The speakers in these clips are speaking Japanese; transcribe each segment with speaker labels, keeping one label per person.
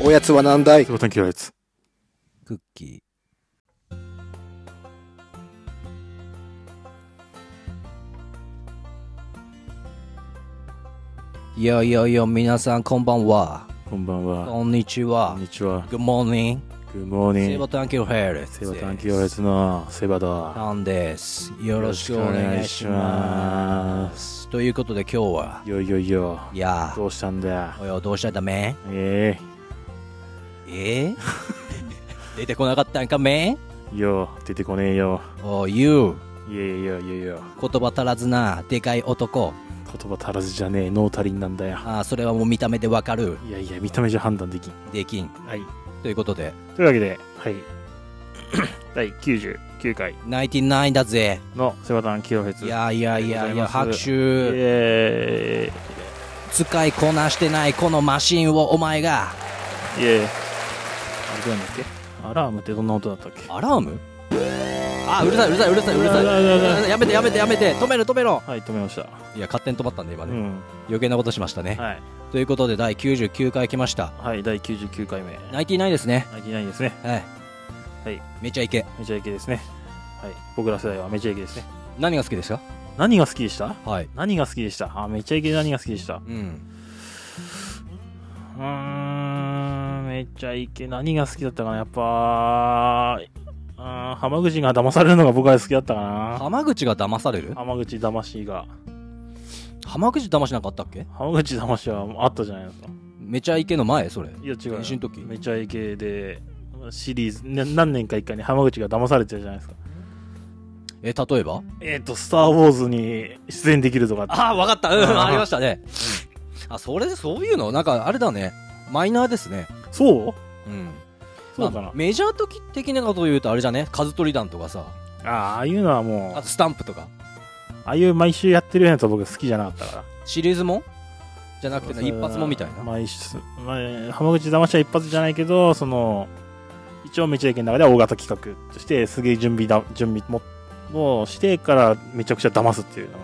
Speaker 1: おやつはなんだい
Speaker 2: セロ天気のやつ。
Speaker 3: クッキー。いやいやいや、皆さんこんばんは。
Speaker 2: こんばんは。
Speaker 3: こんにち
Speaker 2: こ
Speaker 3: は
Speaker 2: ん。にちは。
Speaker 3: Good morning.
Speaker 2: グッモーニ
Speaker 3: セ
Speaker 2: ン
Speaker 3: バ
Speaker 2: グ。
Speaker 3: タンキューヘル
Speaker 2: セバタンキのやつのセバだ。
Speaker 3: なんです。よろしくお願いし
Speaker 2: ま
Speaker 3: ます。ということで今日は、
Speaker 2: す。よいよいよ。
Speaker 3: いや
Speaker 2: どうしたんだよ
Speaker 3: ー、。およ、どうしちゃダメ
Speaker 2: え
Speaker 3: えー出てこなかったんかめ
Speaker 2: えよ、出てこねえよ。
Speaker 3: おう、you。
Speaker 2: いやいやいやいや。
Speaker 3: 言葉足らずな、でかい男。
Speaker 2: 言葉足らずじゃねえ、脳足りんなんだよ。
Speaker 3: ああ、それはもう見た目でわかる。
Speaker 2: いやいや、見た目じゃ判断できん。
Speaker 3: できん。
Speaker 2: はい。
Speaker 3: ということで、
Speaker 2: というわけで、はい。 第99回
Speaker 3: 99だぜ。
Speaker 2: のセバタンキロヘツ。
Speaker 3: いやいやいやいや、
Speaker 2: ありがとうございま
Speaker 3: 拍
Speaker 2: す
Speaker 3: 手。
Speaker 2: え
Speaker 3: 使いこなしてないこのマシンをお前が。
Speaker 2: ー、イエーイ。あれどうなんだっけアラームってどんな音だったっけ
Speaker 3: アラームあ、うるさい、うるさい、うるさい、うるさい。やめて、やめて、やめて。止めろ、止めろ。
Speaker 2: はい、止めました。
Speaker 3: いや、勝手に止まったんで、今
Speaker 2: う
Speaker 3: ね。
Speaker 2: ん。
Speaker 3: 余計なことしましたね。
Speaker 2: はい。
Speaker 3: ということで、第99回来ました。
Speaker 2: はい、第99回目。
Speaker 3: 99ですね。
Speaker 2: 99ですね。
Speaker 3: はい。
Speaker 2: はい。
Speaker 3: めちゃイケ。
Speaker 2: メジャー系ですね。はい。僕ら世代はメジャー系ですね。
Speaker 3: 何が好きですか
Speaker 2: 何が好きでした
Speaker 3: はい。
Speaker 2: 何が好きでしたあ、めちゃイケで何が好きでしたう
Speaker 3: うん。
Speaker 2: ーん、めちゃイケ何が好きだったかなやっぱ、うーん、浜口が騙されるのが僕は好きだったかな
Speaker 3: 浜口が騙される
Speaker 2: 浜口魂が。
Speaker 3: 浜口騙しなかったっけ
Speaker 2: 浜口魂はあったじゃないですか。
Speaker 3: めちゃイケの前それ。
Speaker 2: いや違うよ
Speaker 3: 練習の時
Speaker 2: めちゃイケで、シリーズ、ね、何年か一回に浜口が騙されてるじゃないですか。
Speaker 3: え、例えば
Speaker 2: えっ、と、スター・ウォーズに出演できるとかって。
Speaker 3: ああ、わかった。う
Speaker 2: あ
Speaker 3: ん、
Speaker 2: ー
Speaker 3: ありましたね。あ、それ、そういうのなんか、あれだね。マイナーですね。
Speaker 2: そう
Speaker 3: うん。
Speaker 2: そうかな
Speaker 3: まあ、メジャー時的なことを言うと、あれじゃね。数取り団とかさ。
Speaker 2: ああ、ああいうのはもう、
Speaker 3: あと、スタンプとか。
Speaker 2: ああいう毎週やってるようなやつは僕好きじゃなかったから。
Speaker 3: シリーズもんじゃなくてな、一発もんみたいな。
Speaker 2: 毎週、まあ、浜口騙しは一発じゃないけど、その、一応めちゃイケの中では大型企画として、すげえ準備だ、準備も、もうしてからめちゃくちゃ騙すっていうの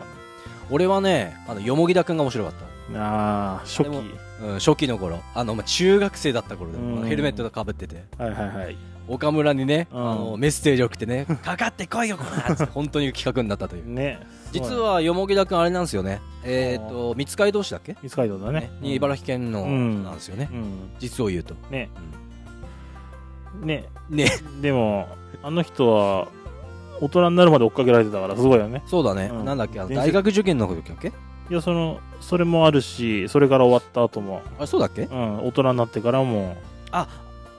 Speaker 3: 俺はね、あの、よもぎだくんが面白かった。
Speaker 2: が。ああ、初期。
Speaker 3: でもうん、初期の頃。あの、まあ、中学生だった頃で、
Speaker 2: うん
Speaker 3: ヘルメットかぶってて。
Speaker 2: はいはいはい。
Speaker 3: 岡村にね、
Speaker 2: うん
Speaker 3: あのメッセージ送ってね、かかってこいよ、こらつって本当に企画になったという。
Speaker 2: ね。
Speaker 3: 実、は、よもぎだくん、あれなんですよね。えっ、と、三つ街同士だっけ、
Speaker 2: 三つ街道だね
Speaker 3: ね。に茨城県の、
Speaker 2: うん
Speaker 3: なんですよね。
Speaker 2: うん。
Speaker 3: 実を言うと。
Speaker 2: ね。ね。
Speaker 3: ね。
Speaker 2: でも、あの人は、大人になるまで追っかけられてたから、すごいよね。
Speaker 3: そうだね。
Speaker 2: うん
Speaker 3: なんだっけあの
Speaker 2: 伝
Speaker 3: 大
Speaker 2: 説
Speaker 3: 学受験の時だっけ
Speaker 2: いや、その、それもあるし、それから終わった後も、
Speaker 3: あれ、そうだっけ
Speaker 2: うん、大人になってからも、
Speaker 3: あ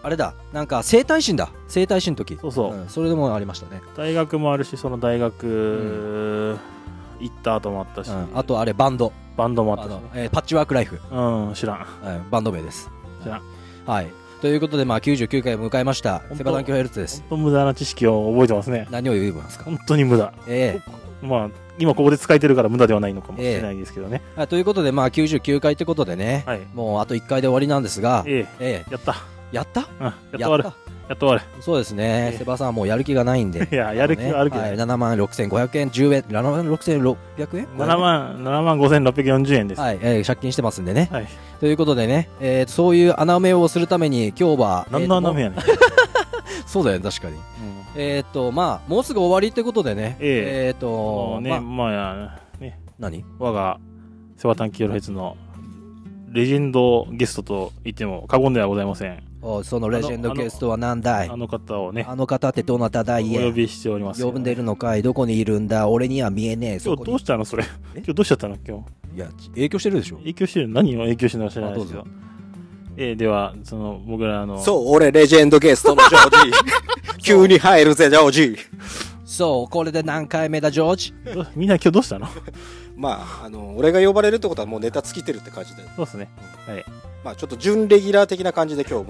Speaker 3: れだ。なんか、生体診だ。生体診の時。
Speaker 2: そうそう、
Speaker 3: んそれでもありましたね。
Speaker 2: 大学もあるしその大学、行った後もあったし、
Speaker 3: うんあと、あれ、バンド。
Speaker 2: バンドもあっ
Speaker 3: あ
Speaker 2: たしね
Speaker 3: の、えーパッチワークライフ。
Speaker 2: うん知らん
Speaker 3: はいバンド名です。
Speaker 2: 知らん
Speaker 3: はい。ということで、まあ、99回を迎えました。
Speaker 2: 当
Speaker 3: セバタンキョヘルツです。
Speaker 2: 本当無駄な知識を覚えてますね
Speaker 3: 何を言いますか
Speaker 2: 本当に無駄
Speaker 3: え
Speaker 2: まあ今ここで使えてるから無駄ではないのかもしれないですけどね、
Speaker 3: えあということで、まあ、99回ってことでね、
Speaker 2: はい
Speaker 3: もうあと1回で終わりなんですが、え
Speaker 2: ええ
Speaker 3: え
Speaker 2: やった、
Speaker 3: やった
Speaker 2: うん、やっと終わるやっと終わ
Speaker 3: そうですね、
Speaker 2: ええ
Speaker 3: セバさんはもうやる気がないんで、
Speaker 2: るいややる気はあるけど、
Speaker 3: ねはい、7万6500円、10円、7万6600円
Speaker 2: 7万7万5640円です、
Speaker 3: はい、えー借金してますんでね。
Speaker 2: はい
Speaker 3: ということでね、えーそういう穴埋めをするために、今日は、
Speaker 2: 何の穴目
Speaker 3: えー
Speaker 2: やねん、
Speaker 3: とそうだよね、確かに。
Speaker 2: うん
Speaker 3: えっ、と、まあ、もうすぐ終わりってことでね、
Speaker 2: ええ
Speaker 3: えっ、
Speaker 2: も
Speaker 3: と
Speaker 2: う、ね、
Speaker 3: まあ
Speaker 2: まあね
Speaker 3: 何
Speaker 2: 我がセバタンキヨロヘツのレジェンドゲストと言っても過言ではございません
Speaker 3: おそのレジェンドゲストは何だい
Speaker 2: あの方をね、
Speaker 3: あの方ってどなただ
Speaker 2: お
Speaker 3: い
Speaker 2: 呼
Speaker 3: え
Speaker 2: びしておりますよ
Speaker 3: 呼んでるのかいどこにいるんだ俺には見えねえ
Speaker 2: 今
Speaker 3: そ
Speaker 2: 日
Speaker 3: こ
Speaker 2: ど
Speaker 3: に
Speaker 2: うしたのそれ。
Speaker 3: え
Speaker 2: 今日どうしちゃったの今日。
Speaker 3: いや影響してるでしょ
Speaker 2: 影響してる何を影響してるのか知らないですけ
Speaker 3: あ
Speaker 2: ど。えーでは、その、僕らの、
Speaker 1: そう、俺レジェンドゲストのジョ ージ。急に入るぜ、ジョージ。
Speaker 3: そうこれで何回目だジョージ
Speaker 2: どみんな今日ど うしたの
Speaker 1: まあ、あの、俺が呼ばれるってことはもうネタ尽きてるって感じで。
Speaker 2: そうですね。はい。
Speaker 1: まあ、ちょっと準レギュラー的な感じで今日も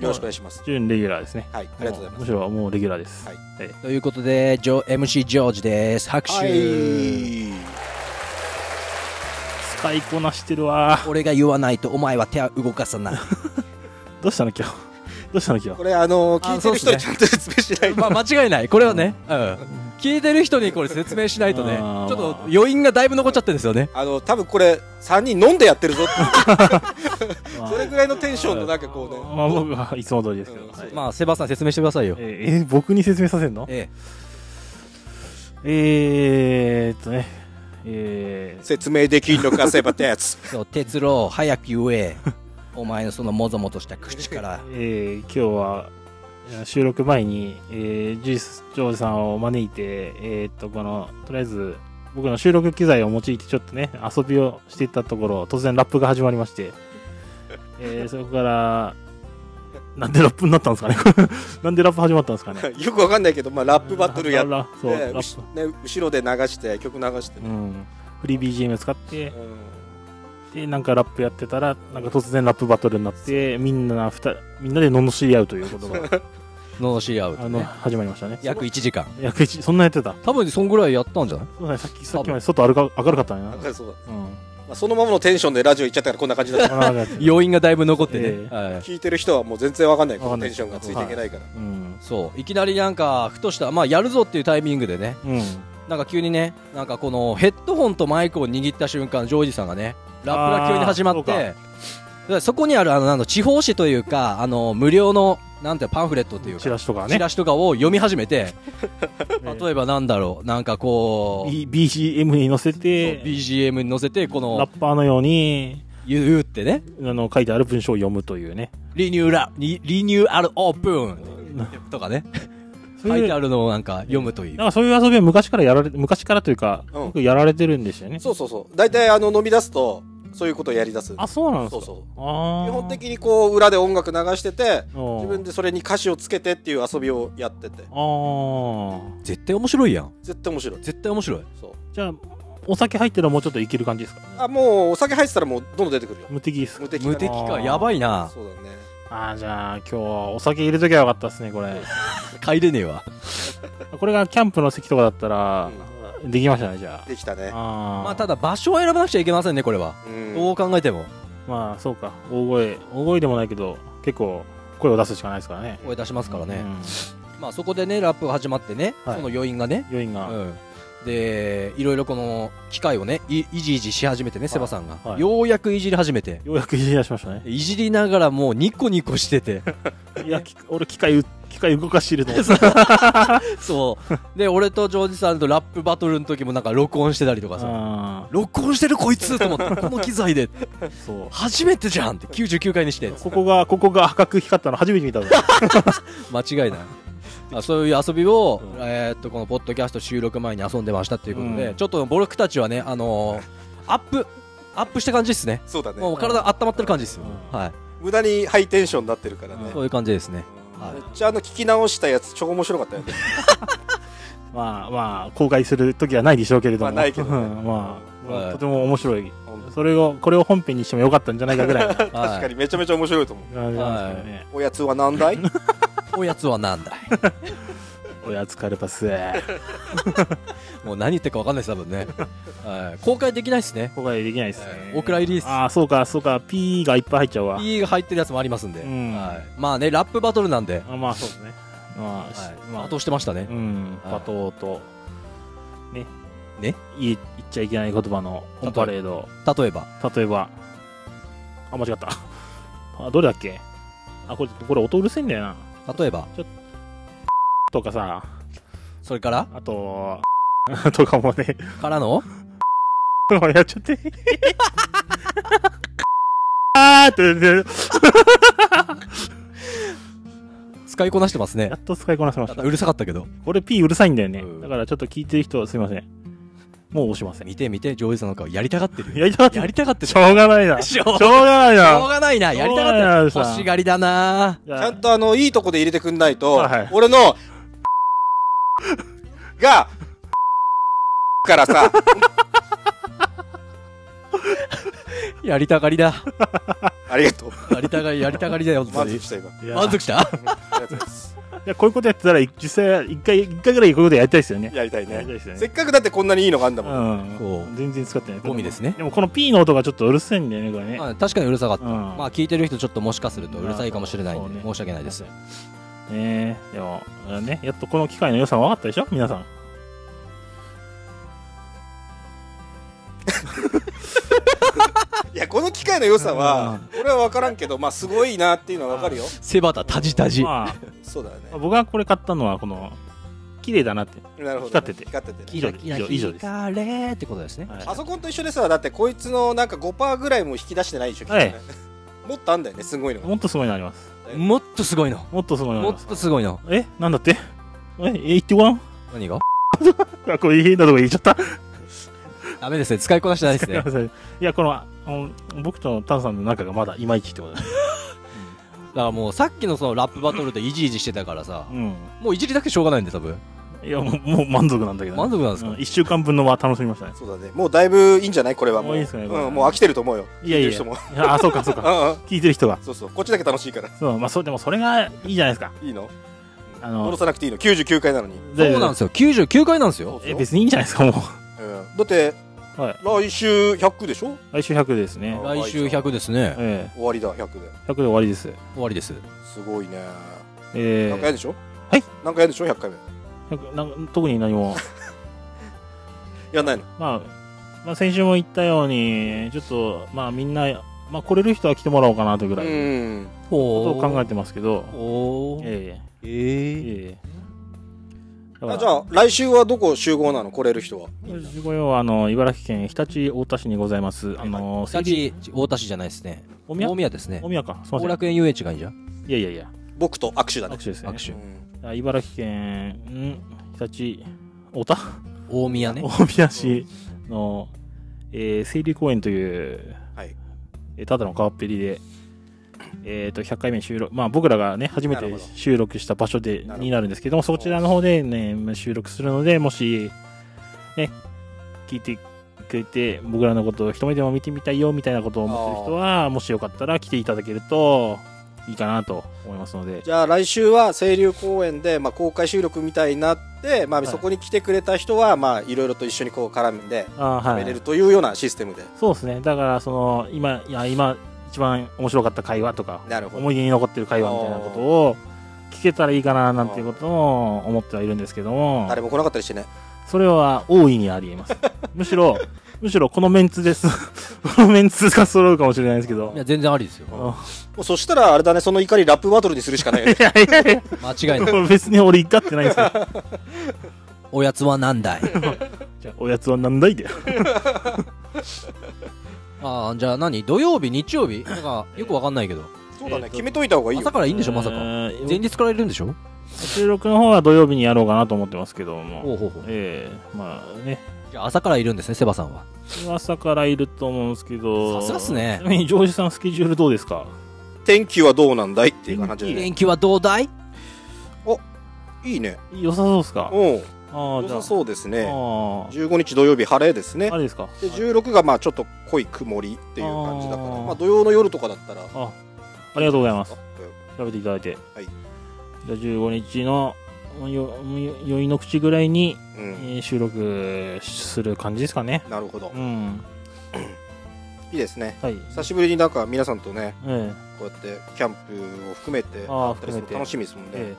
Speaker 1: よろしくお願いします。
Speaker 2: 準レギュラーですね。
Speaker 1: はい、ありがとうございま
Speaker 2: む
Speaker 1: す
Speaker 2: し。ろもうレギュラーです。
Speaker 1: はい
Speaker 2: えー
Speaker 3: ということでジョ MC ジョージです拍手、
Speaker 1: はい。
Speaker 2: 使いこなしてるわ。
Speaker 3: 俺が言わないとお前は手は動かさない
Speaker 2: どうしたの今日。 どうしたのキラ
Speaker 1: これあの
Speaker 3: あ
Speaker 1: 聞いてる人
Speaker 3: そうっ
Speaker 1: に
Speaker 3: す
Speaker 1: ちゃんと説明しないと
Speaker 3: まあ、間違いない。これはね、うん。聞いてる人にこれ説明しないとね、ち
Speaker 2: あー
Speaker 3: ょっと余韻がだいぶ残っちゃってるんですよね。
Speaker 1: あの多分これ3人飲んでやってるぞって いう
Speaker 2: まあ
Speaker 1: それぐらいのテンションのなんかこうね
Speaker 2: まあ僕はいつも通りですけど、
Speaker 1: うん
Speaker 2: はい
Speaker 3: まあ、セバさん説明してくださいよ
Speaker 2: え。ーえー僕に説明させんの
Speaker 3: え
Speaker 2: えーっとねえー
Speaker 1: 説明できんのかセバってや つ
Speaker 3: え。そう、哲郎、早く言え。お前のそのもぞもとした口から。
Speaker 2: えー今日は収録前に、えージュースジョージさんを招いて、えーっとこのとりあえず僕の収録機材を用いてちょっとね遊びをしていたところ突然ラップが始まりまして、えーそこからなんでラップになったんですかね なんでラップ始まったんですかね
Speaker 1: よくわかんないけど、まあ、ラップバトルやっ
Speaker 2: ラそう
Speaker 1: て、
Speaker 2: ラ
Speaker 1: う
Speaker 2: ッ
Speaker 1: し
Speaker 2: プ
Speaker 1: ね、後ろで流して曲流して
Speaker 2: う
Speaker 1: ね、
Speaker 2: んフリー BGM 使って
Speaker 1: うん
Speaker 2: でなんかラップやってたらなんか突然ラップバトルになってみんなふたみんなで罵り合うということが
Speaker 3: のし合う
Speaker 2: あ
Speaker 3: と
Speaker 2: の
Speaker 3: ね。
Speaker 2: 始まりましたね
Speaker 3: 約1時間。
Speaker 2: いやくいちそんなやってた
Speaker 3: 多分そんぐらいやったんじゃない
Speaker 2: そうだねさっきさっきまで外明るか明るかったね
Speaker 1: なんかそうだ
Speaker 2: うん
Speaker 1: まあ、そのままのテンションでラジオ行っちゃったからこんな感じだった
Speaker 2: 明るかった
Speaker 3: 余韻がだいぶ残って
Speaker 2: え
Speaker 3: ね。
Speaker 2: え
Speaker 3: はい。
Speaker 1: 聞いてる人はもう全然わかんないこ
Speaker 2: わかん
Speaker 1: の
Speaker 2: な
Speaker 1: テ
Speaker 2: い
Speaker 1: ンションがついていけないから、
Speaker 2: うん
Speaker 3: そう。いきなりなんか、ふとした、まあ、やるぞっていうタイミングでね、
Speaker 2: うん
Speaker 3: なんか急にね、なんかこのヘッドホンとマイクを握った瞬間、ジョージさんがね、ラップが急に始まっ
Speaker 2: あー
Speaker 3: て、そこにあるあのなんだ地方紙というか、あの無料のなんていうのパンフレットという
Speaker 2: チ
Speaker 3: か、
Speaker 2: ラシとか
Speaker 3: チ
Speaker 2: ね
Speaker 3: ラシとかを読み始 めて、
Speaker 2: え
Speaker 3: 例えばなんだろう、なんかこう、
Speaker 2: ー B- BGM に載せ
Speaker 3: そう
Speaker 2: て
Speaker 3: BGM に載せて、こ
Speaker 2: ラッ
Speaker 3: の
Speaker 2: パーのように
Speaker 3: 言うってね、
Speaker 2: あの書いてある文章を読むというね
Speaker 3: リニューラリリニューアルオープンとかね、
Speaker 2: そう
Speaker 3: 書
Speaker 2: い
Speaker 3: い
Speaker 2: う
Speaker 3: て
Speaker 2: な
Speaker 3: あ
Speaker 2: ん
Speaker 3: るのをなんか読むという。
Speaker 2: かそういう遊びは昔からやられ昔からというか
Speaker 1: うん
Speaker 2: よくやられてるんですよね
Speaker 1: そうそうそう大体あの飲み出すとそういうことをやりだす
Speaker 2: あそうなんです
Speaker 1: そう
Speaker 2: か
Speaker 1: そう
Speaker 2: ああ
Speaker 1: 基本的にこう裏で音楽流してて自
Speaker 2: 自
Speaker 1: 分でそれに歌詞をつけてっていう遊びをやってて
Speaker 2: あー
Speaker 3: 絶対面白いやん。
Speaker 1: 絶対面白い
Speaker 3: 絶対面白い。
Speaker 1: そう
Speaker 2: じゃあお酒入ってたらもうちょっといける感じですか
Speaker 1: あもうお酒入ってたらもうどんどん出てくるよ
Speaker 2: 無敵です
Speaker 1: 無敵だ
Speaker 3: 無
Speaker 1: ね
Speaker 3: 敵か、やばいな。
Speaker 1: そうだね
Speaker 2: ああじゃあ今日はお酒入れときゃよかったですねこれ
Speaker 3: 帰れねえわ。
Speaker 2: これがキャンプの席とかだったら、できましたねじゃ
Speaker 1: できた
Speaker 2: あ
Speaker 1: ね
Speaker 2: あー
Speaker 3: まあ、ただ場所を選ばなくちゃいけませんね、これは。
Speaker 1: うん
Speaker 3: どう考えても。
Speaker 2: まあそうか大声大声でもないけど結構声を出すしかないですからね
Speaker 3: 声出しますから
Speaker 2: う
Speaker 3: ね。
Speaker 2: ん
Speaker 3: まあ、そこでね、ラップが始まってね、
Speaker 2: はい
Speaker 3: その余韻がね。
Speaker 2: 余韻が、
Speaker 3: うん。で、いろいろこの機械をね、いいじいじし始めてね、セバさんが。
Speaker 2: はい
Speaker 3: ようやくいじり始めて。
Speaker 2: ようやくいじり出しましたね
Speaker 3: いじりながらもうニコニコしてて。
Speaker 2: いやき俺機械う機械動かしてると思って
Speaker 3: そう。で、俺とジョージさんとラップバトルの時もなんか録音してたりとかさ。
Speaker 2: あ
Speaker 3: 録音してるこいつと思って、この機材で。
Speaker 2: ーそう
Speaker 3: 初めてじゃんって99回にして。
Speaker 2: ここがここが赤く光ったの初めて見たぞ
Speaker 3: 間違いない。あそういう遊びを、
Speaker 2: うん
Speaker 3: えーっとこのポッドキャスト収録前に遊んでましたっていうことで、
Speaker 2: うん
Speaker 3: ちょっとボルクたちはね、あのーアップアップした感じですね。
Speaker 1: そうだ
Speaker 3: も
Speaker 1: ね
Speaker 3: う体温まってる感じですよ。
Speaker 2: うん
Speaker 3: はい、
Speaker 1: 無駄にハイテンションになってるからね
Speaker 3: そういう感じですね。はい
Speaker 1: めっちゃあの聞き直したやつ超面白かったよね
Speaker 2: まあまあ公開する時はないでしょうけれども、
Speaker 1: まあないけどね
Speaker 2: うんまあ、
Speaker 3: はい
Speaker 2: とても面白い
Speaker 1: ほんと
Speaker 2: それをこれを本編にしてもよかったんじゃないかぐ らいの
Speaker 3: 確
Speaker 1: 確かにめちゃめちゃ面白いと思う
Speaker 2: 感じなんですけどね、
Speaker 1: おやつは何だ い
Speaker 3: おやつはなんだい。
Speaker 2: おやつカルパス
Speaker 3: もう何言ってるかわかんないです多分ね、はい。公開できないですね。
Speaker 2: 公開できないですね
Speaker 3: え、ーお蔵入りです
Speaker 2: ああそうかそうか P がいっぱい入っちゃうわ
Speaker 3: P が入ってるやつもありますんで。
Speaker 2: うん
Speaker 3: はい、まあねラップバトルなんで、
Speaker 2: あまあそうですねまあ、し
Speaker 3: はい、
Speaker 2: まあ
Speaker 3: 罵してましたね
Speaker 2: う。ん
Speaker 3: はい
Speaker 2: 罵倒とね
Speaker 3: ね
Speaker 2: 言え言っちゃいけない言葉のオンパレード
Speaker 3: 例えば
Speaker 2: 例えばあ間違った あどれだっけあこれこれ音うるせえんだよな
Speaker 3: 例えば
Speaker 2: とかさ
Speaker 3: それから
Speaker 2: あと とかもね
Speaker 3: からの
Speaker 2: これやっちゃってあーって
Speaker 3: 使いこなしてますね
Speaker 2: や。っと使いこなせました
Speaker 3: うるさかったけど。
Speaker 2: これ P うるさいんだよね
Speaker 3: うん
Speaker 2: だからちょっと聞いてる人すいませんもう押しません
Speaker 3: 見て見て、ジョージさんの顔、やりたがってる。
Speaker 2: やりたかった
Speaker 3: やりたがって
Speaker 2: しょうがないな。
Speaker 3: しょう
Speaker 2: しょうがない
Speaker 3: しょう
Speaker 2: な。
Speaker 3: がないな、やりた
Speaker 2: しょうが
Speaker 3: が
Speaker 2: な
Speaker 3: っ
Speaker 2: い
Speaker 3: て
Speaker 2: さ
Speaker 3: る。欲しがりだな
Speaker 2: ち
Speaker 1: ちゃんとあのいいとこで入れてくんないと、
Speaker 2: はいはい
Speaker 1: 俺のがからさ
Speaker 3: やりたがりだ。
Speaker 1: ありがとう
Speaker 3: やりたがり、やりたがりだよ、本当
Speaker 1: 満足
Speaker 3: に
Speaker 1: した今あり
Speaker 3: 満足した
Speaker 1: がとうございます
Speaker 2: いやこういうことやってたら、い実際、一回、一回ぐらいこういうことやりたいですよね。
Speaker 1: やりたい
Speaker 2: やりたい
Speaker 1: ね。
Speaker 2: ですよ
Speaker 1: せ
Speaker 2: ね。
Speaker 1: っかくだってこんなにいいのがあんだもん。
Speaker 2: うん。
Speaker 3: そ
Speaker 2: 全然使ってない。
Speaker 1: ゴミですね
Speaker 2: でもこの P の音がちょっとうるせえんだよね、これ
Speaker 3: う、
Speaker 2: ね。
Speaker 3: まあ、確かにうるさかった、
Speaker 2: うん
Speaker 3: まあ聞いてる人ちょっともしかするとうるさいかもしれないんで、
Speaker 2: そうね
Speaker 3: 申し訳ないです。
Speaker 2: ねえ、でも、あれね、やっとこの機械の良さ分かったでしょ皆さん。
Speaker 1: いや、この機械の良さは、俺は分からんけど、まあ、すごいなっていうのは分かるよ。
Speaker 3: 背バタタジタジ
Speaker 2: ま
Speaker 1: そうだよ
Speaker 2: あ、
Speaker 1: ね。
Speaker 2: 僕がこれ買ったのは、この、綺麗だなって。
Speaker 1: なるほどね。
Speaker 2: 光ってて
Speaker 1: 光っててね。
Speaker 2: 以上以上以上です
Speaker 3: 光れってことですね。
Speaker 2: はい
Speaker 1: パソコンと一緒でさ、だってこいつのなんか5%ぐらいも引き出してないでしょ、きっと
Speaker 2: はい
Speaker 1: ね。もっとあんだよね、すごいのが。
Speaker 2: もっとすごいのあります。
Speaker 3: もっとすごいの。
Speaker 2: もっとすごいのあ
Speaker 3: も
Speaker 2: りま
Speaker 3: っ
Speaker 2: す。
Speaker 3: とすごいの。
Speaker 2: えなんだってええ言ってごらん
Speaker 3: 何が
Speaker 2: あ、これ変なとこ言っちゃった。
Speaker 3: ダメですね。使いこなしてないですね。
Speaker 2: いや、この、あの僕とタンさんの仲がまだいまいちってことだ。
Speaker 3: だからもうさっきのそのラップバトルでイジイジしてたからさ
Speaker 2: う、ん。
Speaker 3: もういじりだけしょうがないんで多分。
Speaker 2: いや、もうもう満足なんだけどね、
Speaker 3: 満足なんですか
Speaker 2: うん一週間分のは楽しみましたね。
Speaker 1: そうだね。もうだいぶいいんじゃないこれはもう。
Speaker 2: もういいですかねこれ
Speaker 1: うん、もう飽きてると思うよ。
Speaker 2: いやいや
Speaker 1: 聞てる人も。
Speaker 2: いやあ、そうか、そう
Speaker 1: う
Speaker 2: か。
Speaker 1: んうん。
Speaker 2: 聞いてる人が。
Speaker 1: そうそう。こっちだけ楽しいから。
Speaker 2: そう、まあ、そう、でもそれがいいじゃないですか。
Speaker 1: いいの
Speaker 2: あ
Speaker 1: 戻
Speaker 2: の、
Speaker 1: さなくていいの ?99 回なのに。
Speaker 3: そうなんですよ。99回なんですよ。
Speaker 1: そう
Speaker 2: え、
Speaker 1: ですよ
Speaker 2: 別にいいんじゃないですか、もう。
Speaker 1: うんだって、
Speaker 2: はい。
Speaker 1: 来週100でしょ
Speaker 2: 来週100ですね。
Speaker 1: そう
Speaker 3: 来週100ですね。
Speaker 2: え
Speaker 1: 終わりだ、100で。
Speaker 2: え100で終わりです。
Speaker 3: 終わりです。
Speaker 1: すごいね。
Speaker 2: え
Speaker 1: なんかやるでしょ
Speaker 2: はい。
Speaker 1: なんかやるでしょ ?100 回目。
Speaker 2: え100なん特に何 も。
Speaker 1: やんないの
Speaker 2: まあ、まあ、先週も言ったように、ちょっと、まあ、みんな、まあ、来れる人は来てもらおうかなというぐ
Speaker 1: う
Speaker 2: らいの
Speaker 1: ん。
Speaker 2: こと
Speaker 3: ほ
Speaker 2: を考えてますけど、
Speaker 3: おー。
Speaker 2: え
Speaker 3: え
Speaker 2: え
Speaker 3: ー。
Speaker 2: ええだから
Speaker 1: あじゃあ、来週はどこ集合なの来れる人は。
Speaker 2: 私ご用はあの茨城県常陸太田市にございます。あの
Speaker 3: 日立大田市じゃないですね。
Speaker 2: 大宮
Speaker 3: 大宮ですね
Speaker 2: 大。宮か。すみま
Speaker 3: 後
Speaker 2: せん。
Speaker 3: 楽園遊園地がいいじゃん。
Speaker 2: いやいやいや。
Speaker 1: 僕と握手だ
Speaker 2: 握
Speaker 1: ね。
Speaker 2: 手ですね。
Speaker 3: 握手。
Speaker 1: うん
Speaker 2: あ茨城県ん常陸太田
Speaker 3: 大宮ね。
Speaker 2: 大宮市の、えー、清流公園という、
Speaker 1: はい
Speaker 2: えーただの川っぺりで、えー、と100回目収録、まあ、僕らがね初め
Speaker 1: なる
Speaker 2: て
Speaker 1: ほど
Speaker 2: 収録した場所
Speaker 1: な
Speaker 2: で
Speaker 1: るほど
Speaker 2: になるんですけどもそちらの方で、ね、収録するのでもし、ね、聞いてくれて僕らのことを一目でも見てみたいよみたいなことを思ってる人はもしよかったら来ていただけるといいかなと思いますので
Speaker 1: じゃあ来週は清流公園で、まあ、公開収録みたいになって、まあ、
Speaker 2: い
Speaker 1: そこに来てくれた人は、まあ、いろいろと一緒にこう絡んで
Speaker 2: あー、は
Speaker 1: 見れ
Speaker 2: い
Speaker 1: る、というようなシステムで、
Speaker 2: そうですねだからその今いや今一番面白かった会話とか
Speaker 1: なるほど
Speaker 2: 思い出に残ってる会話みたいなことを聞けたらいいかななんていうことを思ってはいるんですけども
Speaker 1: 誰も来なかったりしてね
Speaker 2: それは大いにありえます むしろむしろこのメンツです このメンツが揃うかもしれないですけど
Speaker 3: いや、全然ありですよ。
Speaker 2: あ
Speaker 1: もうそしたらあれだねその怒りラップバトルにするしかないよね
Speaker 2: いやいやい
Speaker 3: 間違 いない。
Speaker 2: や別に俺怒ってないんですけ ど
Speaker 3: おやつは何だい
Speaker 2: じゃあおやつは何だいだよ
Speaker 3: ああ、じゃあ何土曜日、日曜日なんか、よくわかんないけど。
Speaker 1: そうだね決めといた方がいいよ
Speaker 3: 朝からいいんでしょ、まさか。前日からいるんでしょ
Speaker 2: 収録の方は土曜日にやろうかなと思ってますけど
Speaker 3: ほ
Speaker 2: も
Speaker 3: うほうほう。
Speaker 2: ええまあね
Speaker 3: じゃあ朝からいるんですね、セバさんは。
Speaker 2: 朝からいると思うんですけど
Speaker 3: さすがっすね
Speaker 2: ちなみにジョージさんスケジュールどうですか
Speaker 1: 天気はどうなんだいっていう感じでね
Speaker 3: 連休はどうだい
Speaker 1: いいね
Speaker 2: 良さそうですか
Speaker 1: うん
Speaker 2: ああ
Speaker 1: 良
Speaker 2: じゃあ
Speaker 1: さそうですね
Speaker 2: あ
Speaker 1: 15日土曜日晴れですね
Speaker 2: ああれですか
Speaker 1: で16がまあちょっと濃い曇りっていう感じだから
Speaker 2: あー
Speaker 1: まあ、土曜の夜とかだったらあ
Speaker 2: あありがとうございます
Speaker 1: うん
Speaker 2: 調べていただいて、
Speaker 1: はい
Speaker 2: じゃあ15日のよよ酔いの口ぐらいに、
Speaker 1: う
Speaker 2: え
Speaker 1: ん
Speaker 2: ー収録する感じですかね
Speaker 1: なるほど
Speaker 2: うん
Speaker 1: いいですね
Speaker 2: はい
Speaker 1: 久しぶりになんか皆さんとね
Speaker 2: ええ
Speaker 1: こうやってキャンプを含めて
Speaker 2: ああ
Speaker 1: やったりする
Speaker 2: 含め
Speaker 1: の
Speaker 2: て
Speaker 1: 楽しみですもんね、
Speaker 2: え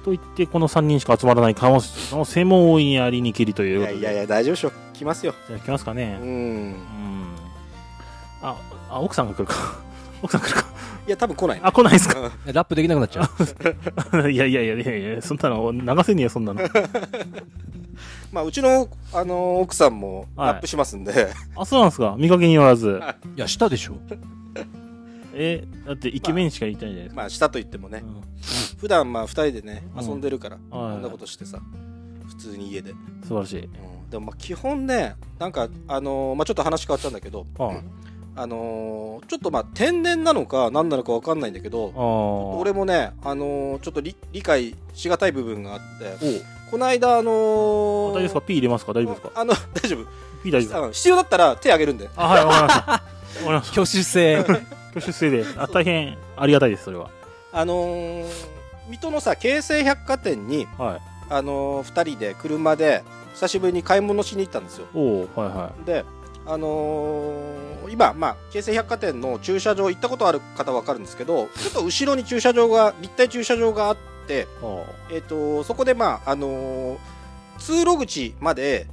Speaker 2: えと言ってこの3人しか集まらない可能性の性も大いにありにきりとい
Speaker 1: い
Speaker 2: うこと
Speaker 1: や
Speaker 2: で
Speaker 1: いやいや大丈夫でしょ来ますよ
Speaker 2: じゃあ行きますか
Speaker 1: う
Speaker 2: ね
Speaker 1: ん
Speaker 2: うんああ奥さんが来るか奥さん来るか
Speaker 1: いや多分来ないね
Speaker 2: あ来ないです か
Speaker 3: ラップできなくなっちゃう。
Speaker 2: いやいやいやいやいやそんなの流せねえよそんなの
Speaker 1: まあうちの、あのー奥さんも
Speaker 2: はい
Speaker 1: ラップしますんで、
Speaker 2: あそうなんですか見かけによらず
Speaker 3: いや、したでしょ。
Speaker 2: えだってイケメンしか言いたいじゃないですか、
Speaker 1: まあしたと言ってもね
Speaker 2: うん
Speaker 1: 普段まあ2人でね
Speaker 2: うん
Speaker 1: 遊んでるから、
Speaker 2: はい
Speaker 1: こんなことしてさ普通に家で、うん
Speaker 2: 素晴らしい
Speaker 1: でもまあ基本ねなんかあのーまあちょっと話変わっちゃうんだけど
Speaker 2: あ
Speaker 1: あのーちょっとまあ天然なのか何なのか分かんないんだけど
Speaker 2: ああ
Speaker 1: 俺もね、あのーちょっと理理解しがたい部分があってこの間あの
Speaker 2: あ大
Speaker 1: ー
Speaker 2: 丈夫ですか ?P 入れますか大丈夫ですか
Speaker 1: あの大丈夫
Speaker 2: ?P 大丈夫ですか
Speaker 1: あの必要だったら手挙げるんで
Speaker 2: あ、はい、わかりました。わかりました。
Speaker 3: 挙手制。
Speaker 2: 挙手制で。あ、大変ありがたいです、それは。
Speaker 1: あのー水戸のさ京成百貨店に、
Speaker 2: はい
Speaker 1: あのー、2人で車で久しぶりに買い物しに行ったんですよ
Speaker 2: おおはいは
Speaker 1: であのー今、まあ、京成百貨店の駐車場行ったことある方わかるんですけどちょっと後ろに駐車場が立体駐車場があって、
Speaker 2: いおー
Speaker 1: えっとそこで、まああのー通路口まで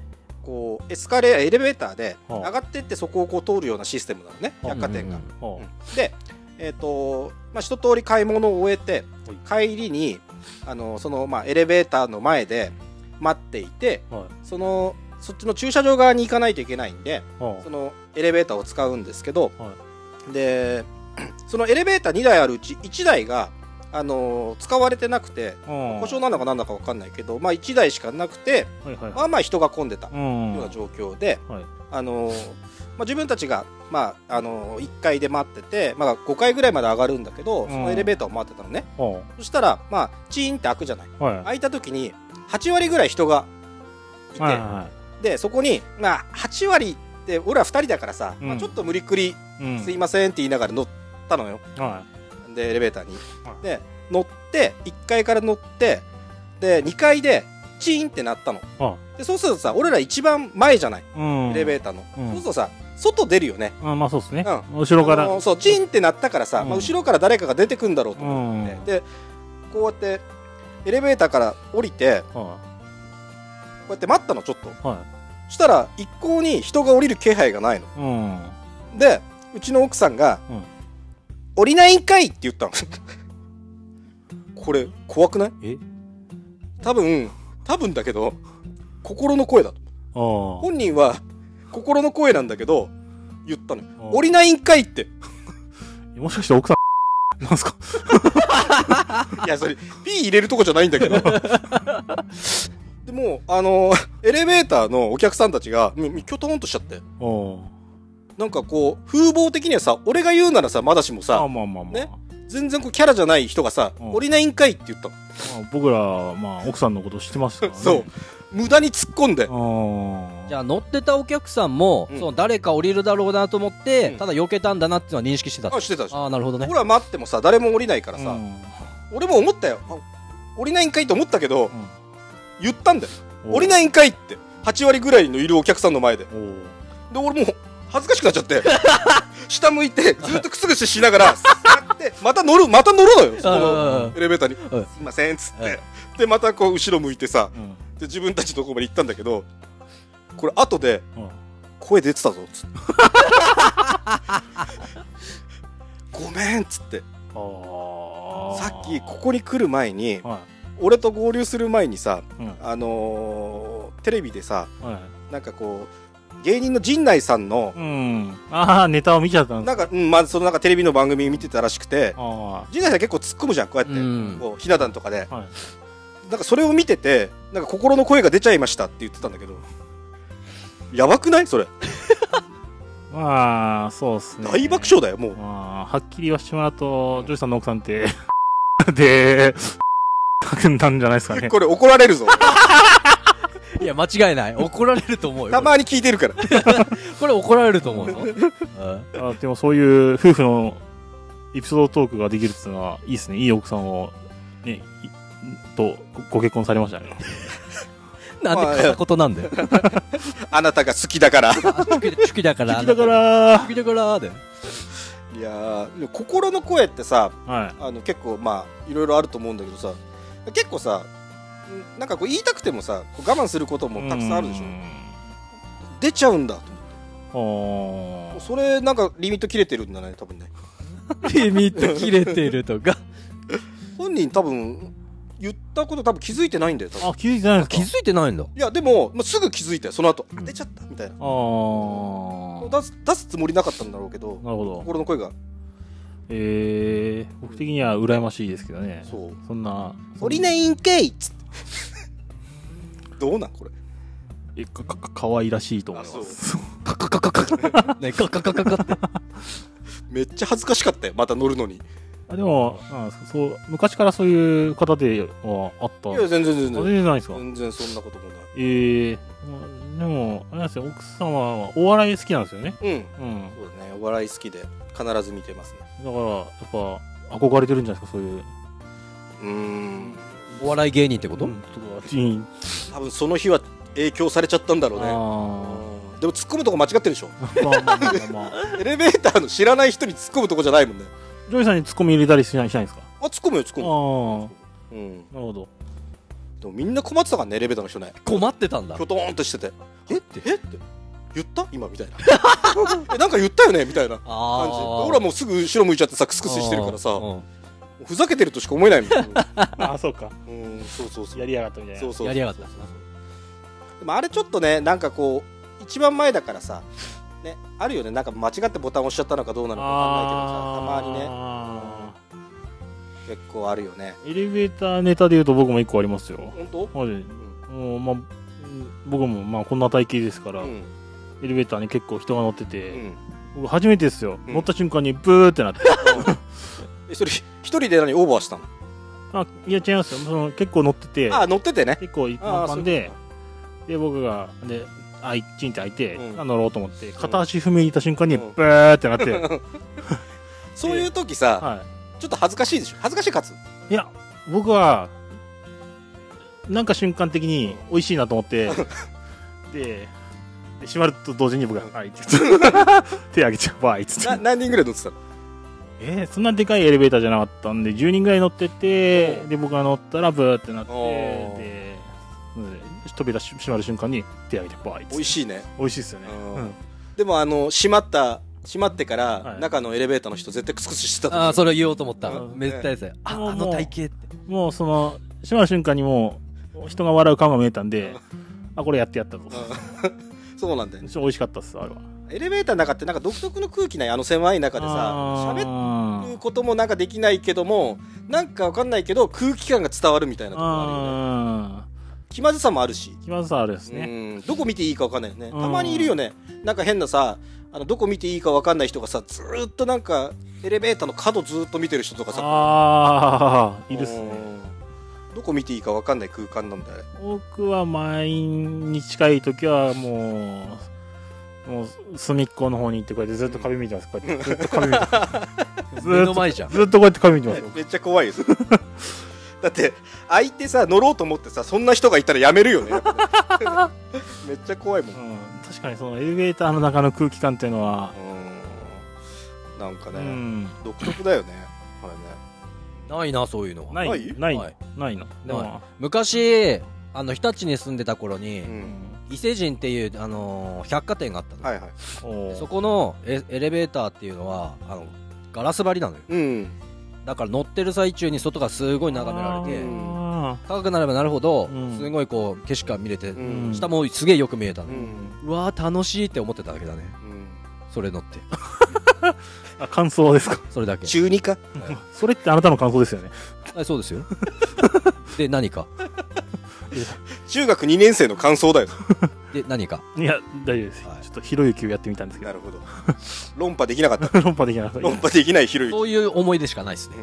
Speaker 1: こうエスカレーエレベーターで
Speaker 2: は
Speaker 1: 上
Speaker 2: あ
Speaker 1: がってってそこをこう通るようなシステムなのね百貨店が。
Speaker 2: おー
Speaker 1: で、えっとまあ、一通り買い物を終えて帰りに、あのその、まあ、エレベーターの前で待っていて
Speaker 2: はい
Speaker 1: そのそっちの駐車場側に行かないといけないんで
Speaker 2: おー
Speaker 1: そのエレベーターを使うんですけど、
Speaker 2: は
Speaker 1: で そのエレベーター2台あるうち1台が、あの使われてなくて
Speaker 2: うん
Speaker 1: 故障なのかなんだか分かんないけど、まあ、1台しかなくて
Speaker 2: はいはい
Speaker 1: まあまあ人が混んでたよ
Speaker 2: うん
Speaker 1: うな状況で、
Speaker 2: はい
Speaker 1: あのーまあ、自分たちが、まああのー1階で待ってて、まあ、5階ぐらいまで上がるんだけどそのエレベーターを待ってたのね、
Speaker 2: おー
Speaker 1: そしたら、まあ、チーンって開くじゃない
Speaker 2: はい
Speaker 1: 開いた時に8割ぐらい人がいて、
Speaker 2: はいは
Speaker 1: でそこに、まあ、8割って俺ら2人だからさ、ま
Speaker 2: う
Speaker 1: あ、
Speaker 2: ん
Speaker 1: ちょっと無理くり
Speaker 2: いうん
Speaker 1: 「すいません」って言いながら乗ったのよ、
Speaker 2: は
Speaker 1: でエレベーターに、
Speaker 2: はい
Speaker 1: で乗って1階から乗ってで2階でチーンってなったの、
Speaker 2: は
Speaker 1: でそうするとさ俺ら一番前じゃない、
Speaker 2: いうん
Speaker 1: エレベーターの、
Speaker 2: う
Speaker 1: そ
Speaker 2: ん
Speaker 1: うするとさ外出るよね
Speaker 2: あまあそうですね
Speaker 1: う
Speaker 2: 後ろから
Speaker 1: あのそうチーンってなったからさ、
Speaker 2: うん
Speaker 1: まあ、後ろから誰かが出てくんだろうと
Speaker 2: う
Speaker 1: 思
Speaker 2: ん
Speaker 1: って、でこうやってエレベーターから降りて
Speaker 2: は
Speaker 1: こうやって待ったのちょっと
Speaker 2: いは
Speaker 1: そしたら一向に人が降りる気配がないの
Speaker 2: いうん
Speaker 1: でうちの奥さんが
Speaker 2: うん
Speaker 1: 「降りないんかい!」って言ったの これ怖くない
Speaker 2: え
Speaker 1: 多分多分だけど心の声だと
Speaker 2: ああ
Speaker 1: 本人は心の声なんだけど言ったのよ
Speaker 2: あー
Speaker 1: 降りないんかいって
Speaker 2: もしかして奥さんなんすか
Speaker 1: いやそれ P 入れるとこじゃないんだけ どでもあのエレベーターのお客さんたちがみみきょとんとしちゃって
Speaker 2: おー
Speaker 1: なんかこう風貌的にはさ俺が言うならさまだしも
Speaker 2: まあ
Speaker 1: さ
Speaker 2: まあまあまあ、
Speaker 1: ね全然こうキャラじゃない人がさ
Speaker 2: うん
Speaker 1: 降りないんかいって言ったの
Speaker 2: まあ僕らはまあ奥さんのこと知ってますから ね
Speaker 1: そう無駄に突っ込んで
Speaker 2: あ
Speaker 3: じ
Speaker 2: じゃ
Speaker 3: ゃあ乗ってたお客さんも、
Speaker 1: うん
Speaker 3: その誰か降りるだろうなと思って、
Speaker 1: うん
Speaker 3: ただ避けたんだなっていうのは認識してた
Speaker 1: あしてたし
Speaker 3: ああなるほどね
Speaker 1: 俺は待ってもさ誰も降りないからさ、俺も思ったよあ降りないんかいと思ったけど言ったんだよ降り
Speaker 2: い
Speaker 1: ないんかいって8割ぐらいのいるお客さんの前で
Speaker 2: おー
Speaker 1: で俺もう恥ずかしくなっちゃって 下向いてずっとくすぐししながら座ってまた乗るまた乗るのよそこ
Speaker 3: うん
Speaker 1: のエレベーターに「
Speaker 3: うん
Speaker 1: すいません」っつっ
Speaker 3: うん
Speaker 1: てでまたこう後ろ向いてさ
Speaker 2: うん
Speaker 1: で自分たちのとこまで行ったんだけどこれ後で
Speaker 2: うん
Speaker 1: 「声出てたぞ」っつってごめん」っつって
Speaker 2: あ
Speaker 1: さっきここに来る前に
Speaker 2: は
Speaker 1: 俺と合流する前にさ
Speaker 2: い、うん
Speaker 1: あのーテレビでさ
Speaker 2: はい、
Speaker 1: なんかこう芸人の陣内さんの
Speaker 2: うんああネタを見ちゃったんです
Speaker 1: なんか、うん、まあ、そのなんかテレビの番組見てたらしくて
Speaker 2: あ
Speaker 1: 陣内さん結構突っ込むじゃんこうやって、
Speaker 3: うん
Speaker 1: こうひな壇とかで
Speaker 2: あはい
Speaker 1: なんかそれを見ててなんか心の声が出ちゃいましたって言ってたんだけどやばくないそれ
Speaker 2: まあそうですね
Speaker 1: 大爆笑だよもう
Speaker 2: まあはっきり言わせてもらうとジョージさんの奥さんって で なんじゃないですかね
Speaker 1: これ怒られ るぞ
Speaker 3: いや間違いない怒られると思う
Speaker 1: た
Speaker 3: よ
Speaker 1: まに聞いてるから
Speaker 3: これ怒られると思うぞ、うん
Speaker 2: あでもそういう夫婦のエピソードトークができるっていうのはいいですね。いい奥さんを、ね、いとごご結婚されましたね。
Speaker 3: なんで片言なんだよ
Speaker 1: あなたが好きだから
Speaker 3: あチュキチュキだから
Speaker 2: だから、
Speaker 3: チュキだからで
Speaker 1: いやーでも心の声ってさ
Speaker 2: は
Speaker 1: あの結構まあいろいろあると思うんだけどさ結構さんなんかこう言いたくてもさこう我慢すること
Speaker 2: い。
Speaker 1: もたくさんあるでし
Speaker 2: う
Speaker 1: ょ出ちゃうんだと思っ
Speaker 2: ーん。あ
Speaker 1: てそれなんかリミット切れてるんだね多分ね
Speaker 3: リミット切れてるとか
Speaker 1: 本人多分言ったこと多分気づいてないんだよ多分
Speaker 2: ーあ、気づいてないんです
Speaker 3: 気
Speaker 2: か
Speaker 3: づいてないんだ
Speaker 1: いやでも、まあ、すぐ気づいたよその後
Speaker 3: うん
Speaker 1: 出ちゃったみたいな
Speaker 2: あー。
Speaker 1: 出す出すつもりなかったんだろうけど
Speaker 2: なるほど。
Speaker 1: 心の声が
Speaker 2: えー、僕的には羨ましいですけどね。
Speaker 1: そう
Speaker 2: そんな。
Speaker 1: 「降りないんかい!」っつって どうなんこれ
Speaker 2: えかかかかわいらしいと思いま
Speaker 1: あ
Speaker 2: す。
Speaker 3: カカカカカねカカカカカって
Speaker 1: めっちゃ恥ずかしかったよまた乗るのにい
Speaker 2: あでもなんですかそう、昔からそういう方ではあった。
Speaker 1: や
Speaker 2: あ
Speaker 1: 全然全
Speaker 2: 全
Speaker 1: 然
Speaker 2: 然ないですか
Speaker 1: 全然そんなこともない
Speaker 2: ええー、でも、あれなんですよ、奥様はお笑い好きなんですよね。
Speaker 1: うん
Speaker 2: うん。だか
Speaker 1: そうだねお笑い好きで必ず見てますね
Speaker 2: ら、やっぱ、憧れてるんじゃないですか、そういう。
Speaker 1: うーん
Speaker 3: お笑い芸人ってこと、
Speaker 2: うんとかジーン
Speaker 1: 多分その日は影響されちゃったんだろうね
Speaker 2: あ
Speaker 1: でも突っ込むとこ間違ってるでしょ
Speaker 2: ーまあまあまあまあま あ
Speaker 1: エレベーターの知らない人に突っ込むとこじゃないもんね
Speaker 2: ジョイさんにツッコミ入れたりしないしないんですか
Speaker 1: あ突っ込むよ突っ
Speaker 2: ああ
Speaker 1: 込む、うん、
Speaker 2: なるほど
Speaker 1: でもみんな困ってたからねエレベーターの人ね
Speaker 3: 困ってたんだ
Speaker 1: きょとんとしてて
Speaker 3: えって
Speaker 1: えって言った今みたいな えなんか言ったよねみたいな感じ
Speaker 3: あー
Speaker 1: 俺はもうすぐ後ろ向いちゃってさクスクスしてるからさふざけてるとしか思えないみたいな
Speaker 2: ああそうか
Speaker 1: うんそうそうそう
Speaker 2: やりやがったみたいな
Speaker 1: そうそうそう
Speaker 3: やりやがった
Speaker 1: でもあれちょっとねなんかこう一番前だからさ、ね、あるよねなんか間違ってボタン押しちゃったのかどうなのかわかんないけどさたま
Speaker 2: あ
Speaker 1: にね結構あるよね
Speaker 2: ーエレベーターネタで言うと僕も一個ありますよ
Speaker 1: 本当
Speaker 2: マジでもうまあうん僕もまあこんな体型ですから、
Speaker 1: うん
Speaker 2: エレベーターに結構人が乗って
Speaker 1: う
Speaker 2: て、
Speaker 1: ん
Speaker 2: 僕初めてですよ、
Speaker 1: うん
Speaker 2: 乗った瞬間にブーってなって
Speaker 1: えそれひ一人で何オーバーしたの
Speaker 2: あいや違いますよその結構乗ってて
Speaker 1: あ乗っててね
Speaker 2: 結構一
Speaker 1: あ
Speaker 2: 般
Speaker 1: あそう
Speaker 2: 般
Speaker 1: いう
Speaker 2: で
Speaker 1: こ
Speaker 2: で僕がであいちんって開いて、
Speaker 1: うん
Speaker 2: あ乗ろうと思って片足踏み入れた瞬間に、
Speaker 1: うん
Speaker 2: ブーってなって、
Speaker 1: とそういう時さ
Speaker 2: は
Speaker 1: ちょっと恥ずかしいでしょ恥ずかしいかつ
Speaker 2: い、いや僕はなんか瞬間的に美味しいなと思 ってでで閉まると同時に僕が「あい」って言って 手上げちゃうわいっ つっ
Speaker 1: な
Speaker 2: て
Speaker 1: 何人ぐらい乗ってたの
Speaker 2: えーそんなでかいエレベーターじゃなかったんで10人ぐらい乗ってて
Speaker 1: おう
Speaker 2: で僕が乗ったらブーってなって
Speaker 1: おう
Speaker 2: でで扉し閉まる瞬間に手上げてバーイっつって
Speaker 1: 美味しいね
Speaker 2: 美味しいっすよね
Speaker 1: うん
Speaker 2: うん
Speaker 1: でもあの閉まった閉まってか
Speaker 2: は
Speaker 1: ら
Speaker 2: い
Speaker 1: 中のエレベーターの人絶対クスクスしてたと思う
Speaker 3: ああそれを言おうと思った
Speaker 2: うん
Speaker 3: めったやつやあ
Speaker 2: もう
Speaker 3: あの体型って
Speaker 2: もうその閉まる瞬間にもう人が笑う顔が見えたんで
Speaker 1: うん
Speaker 2: あこれやってやったぞ
Speaker 1: うん そうなんだよね
Speaker 2: ちょ美味しかったっすあれは
Speaker 1: エレベーターの中ってなんか独特の空気ないあの狭い中でさ喋
Speaker 2: あ
Speaker 1: る
Speaker 2: ー
Speaker 1: こともなんかできないけどもなんかわかんないけど空気感が伝わるみたいなところあるよね
Speaker 2: あ
Speaker 1: 気まずさもあるし、
Speaker 2: ー気まずさあるですね
Speaker 1: うんどこ見ていいかわかんないよね
Speaker 2: うん
Speaker 1: たまにいるよねなんか変なさあのどこ見ていいかわかんない人がさずーっとなんかエレベーターの角ずーっと見てる人とかさ
Speaker 2: ああいるっすね
Speaker 1: うんどこ見ていいかわかんない空間なんだよね
Speaker 2: 僕は満員に近い時はもうもう隅っこの方に行ってこうやってずっと壁見てますこうやってずっと壁見て ますず
Speaker 3: 目
Speaker 2: っ
Speaker 3: の
Speaker 2: と
Speaker 3: 前じゃん
Speaker 2: ずっとこうやって壁見てますよ
Speaker 1: めっちゃ怖いです だって相手さ乗ろうと思ってさそんな人がいたらやめるよね やっぱねめっちゃ怖いもん、
Speaker 2: うん確かにそのエレベーターの中の空気感っていうのは、
Speaker 1: うんなんか
Speaker 2: う
Speaker 1: ね、
Speaker 2: ん、
Speaker 1: 独特だよねあれね
Speaker 3: ないなそういうのは
Speaker 2: な
Speaker 1: ない
Speaker 2: いない
Speaker 3: はい
Speaker 2: ないのでも、
Speaker 3: な昔あの日立に住んでた頃に、
Speaker 1: う
Speaker 2: うんん
Speaker 3: 伊勢神っていう、あのー百貨店があったの、
Speaker 1: はいはい
Speaker 2: お
Speaker 3: で
Speaker 2: ー
Speaker 3: そこのエエレベーターっていうのはあのガラス張りなのよ
Speaker 1: うん
Speaker 3: だから乗ってる最中に外がすごい眺められ
Speaker 1: あ
Speaker 3: て
Speaker 1: ー
Speaker 3: 高くなればなるほど、
Speaker 2: うん
Speaker 3: すごいこう景色が見れて、
Speaker 1: うん
Speaker 3: 下もすげえよく見えたの、
Speaker 1: う
Speaker 3: うんわー楽しいって思ってただけだねそれ乗って
Speaker 2: あーあ感想ですか
Speaker 3: それだけ
Speaker 1: 中二か
Speaker 2: それってあなたの感想ですよね
Speaker 3: あそうですよで何か
Speaker 1: 中学2年生の感 想だよ
Speaker 3: で 何か
Speaker 2: いや大丈夫です、
Speaker 3: はい
Speaker 2: ちょっとひろゆきをやってみたんですけ
Speaker 1: な
Speaker 2: ど
Speaker 1: るほど論破できなかった
Speaker 2: 論破できなかった
Speaker 1: 論破できないひろゆき
Speaker 3: そういう思い出しかないですね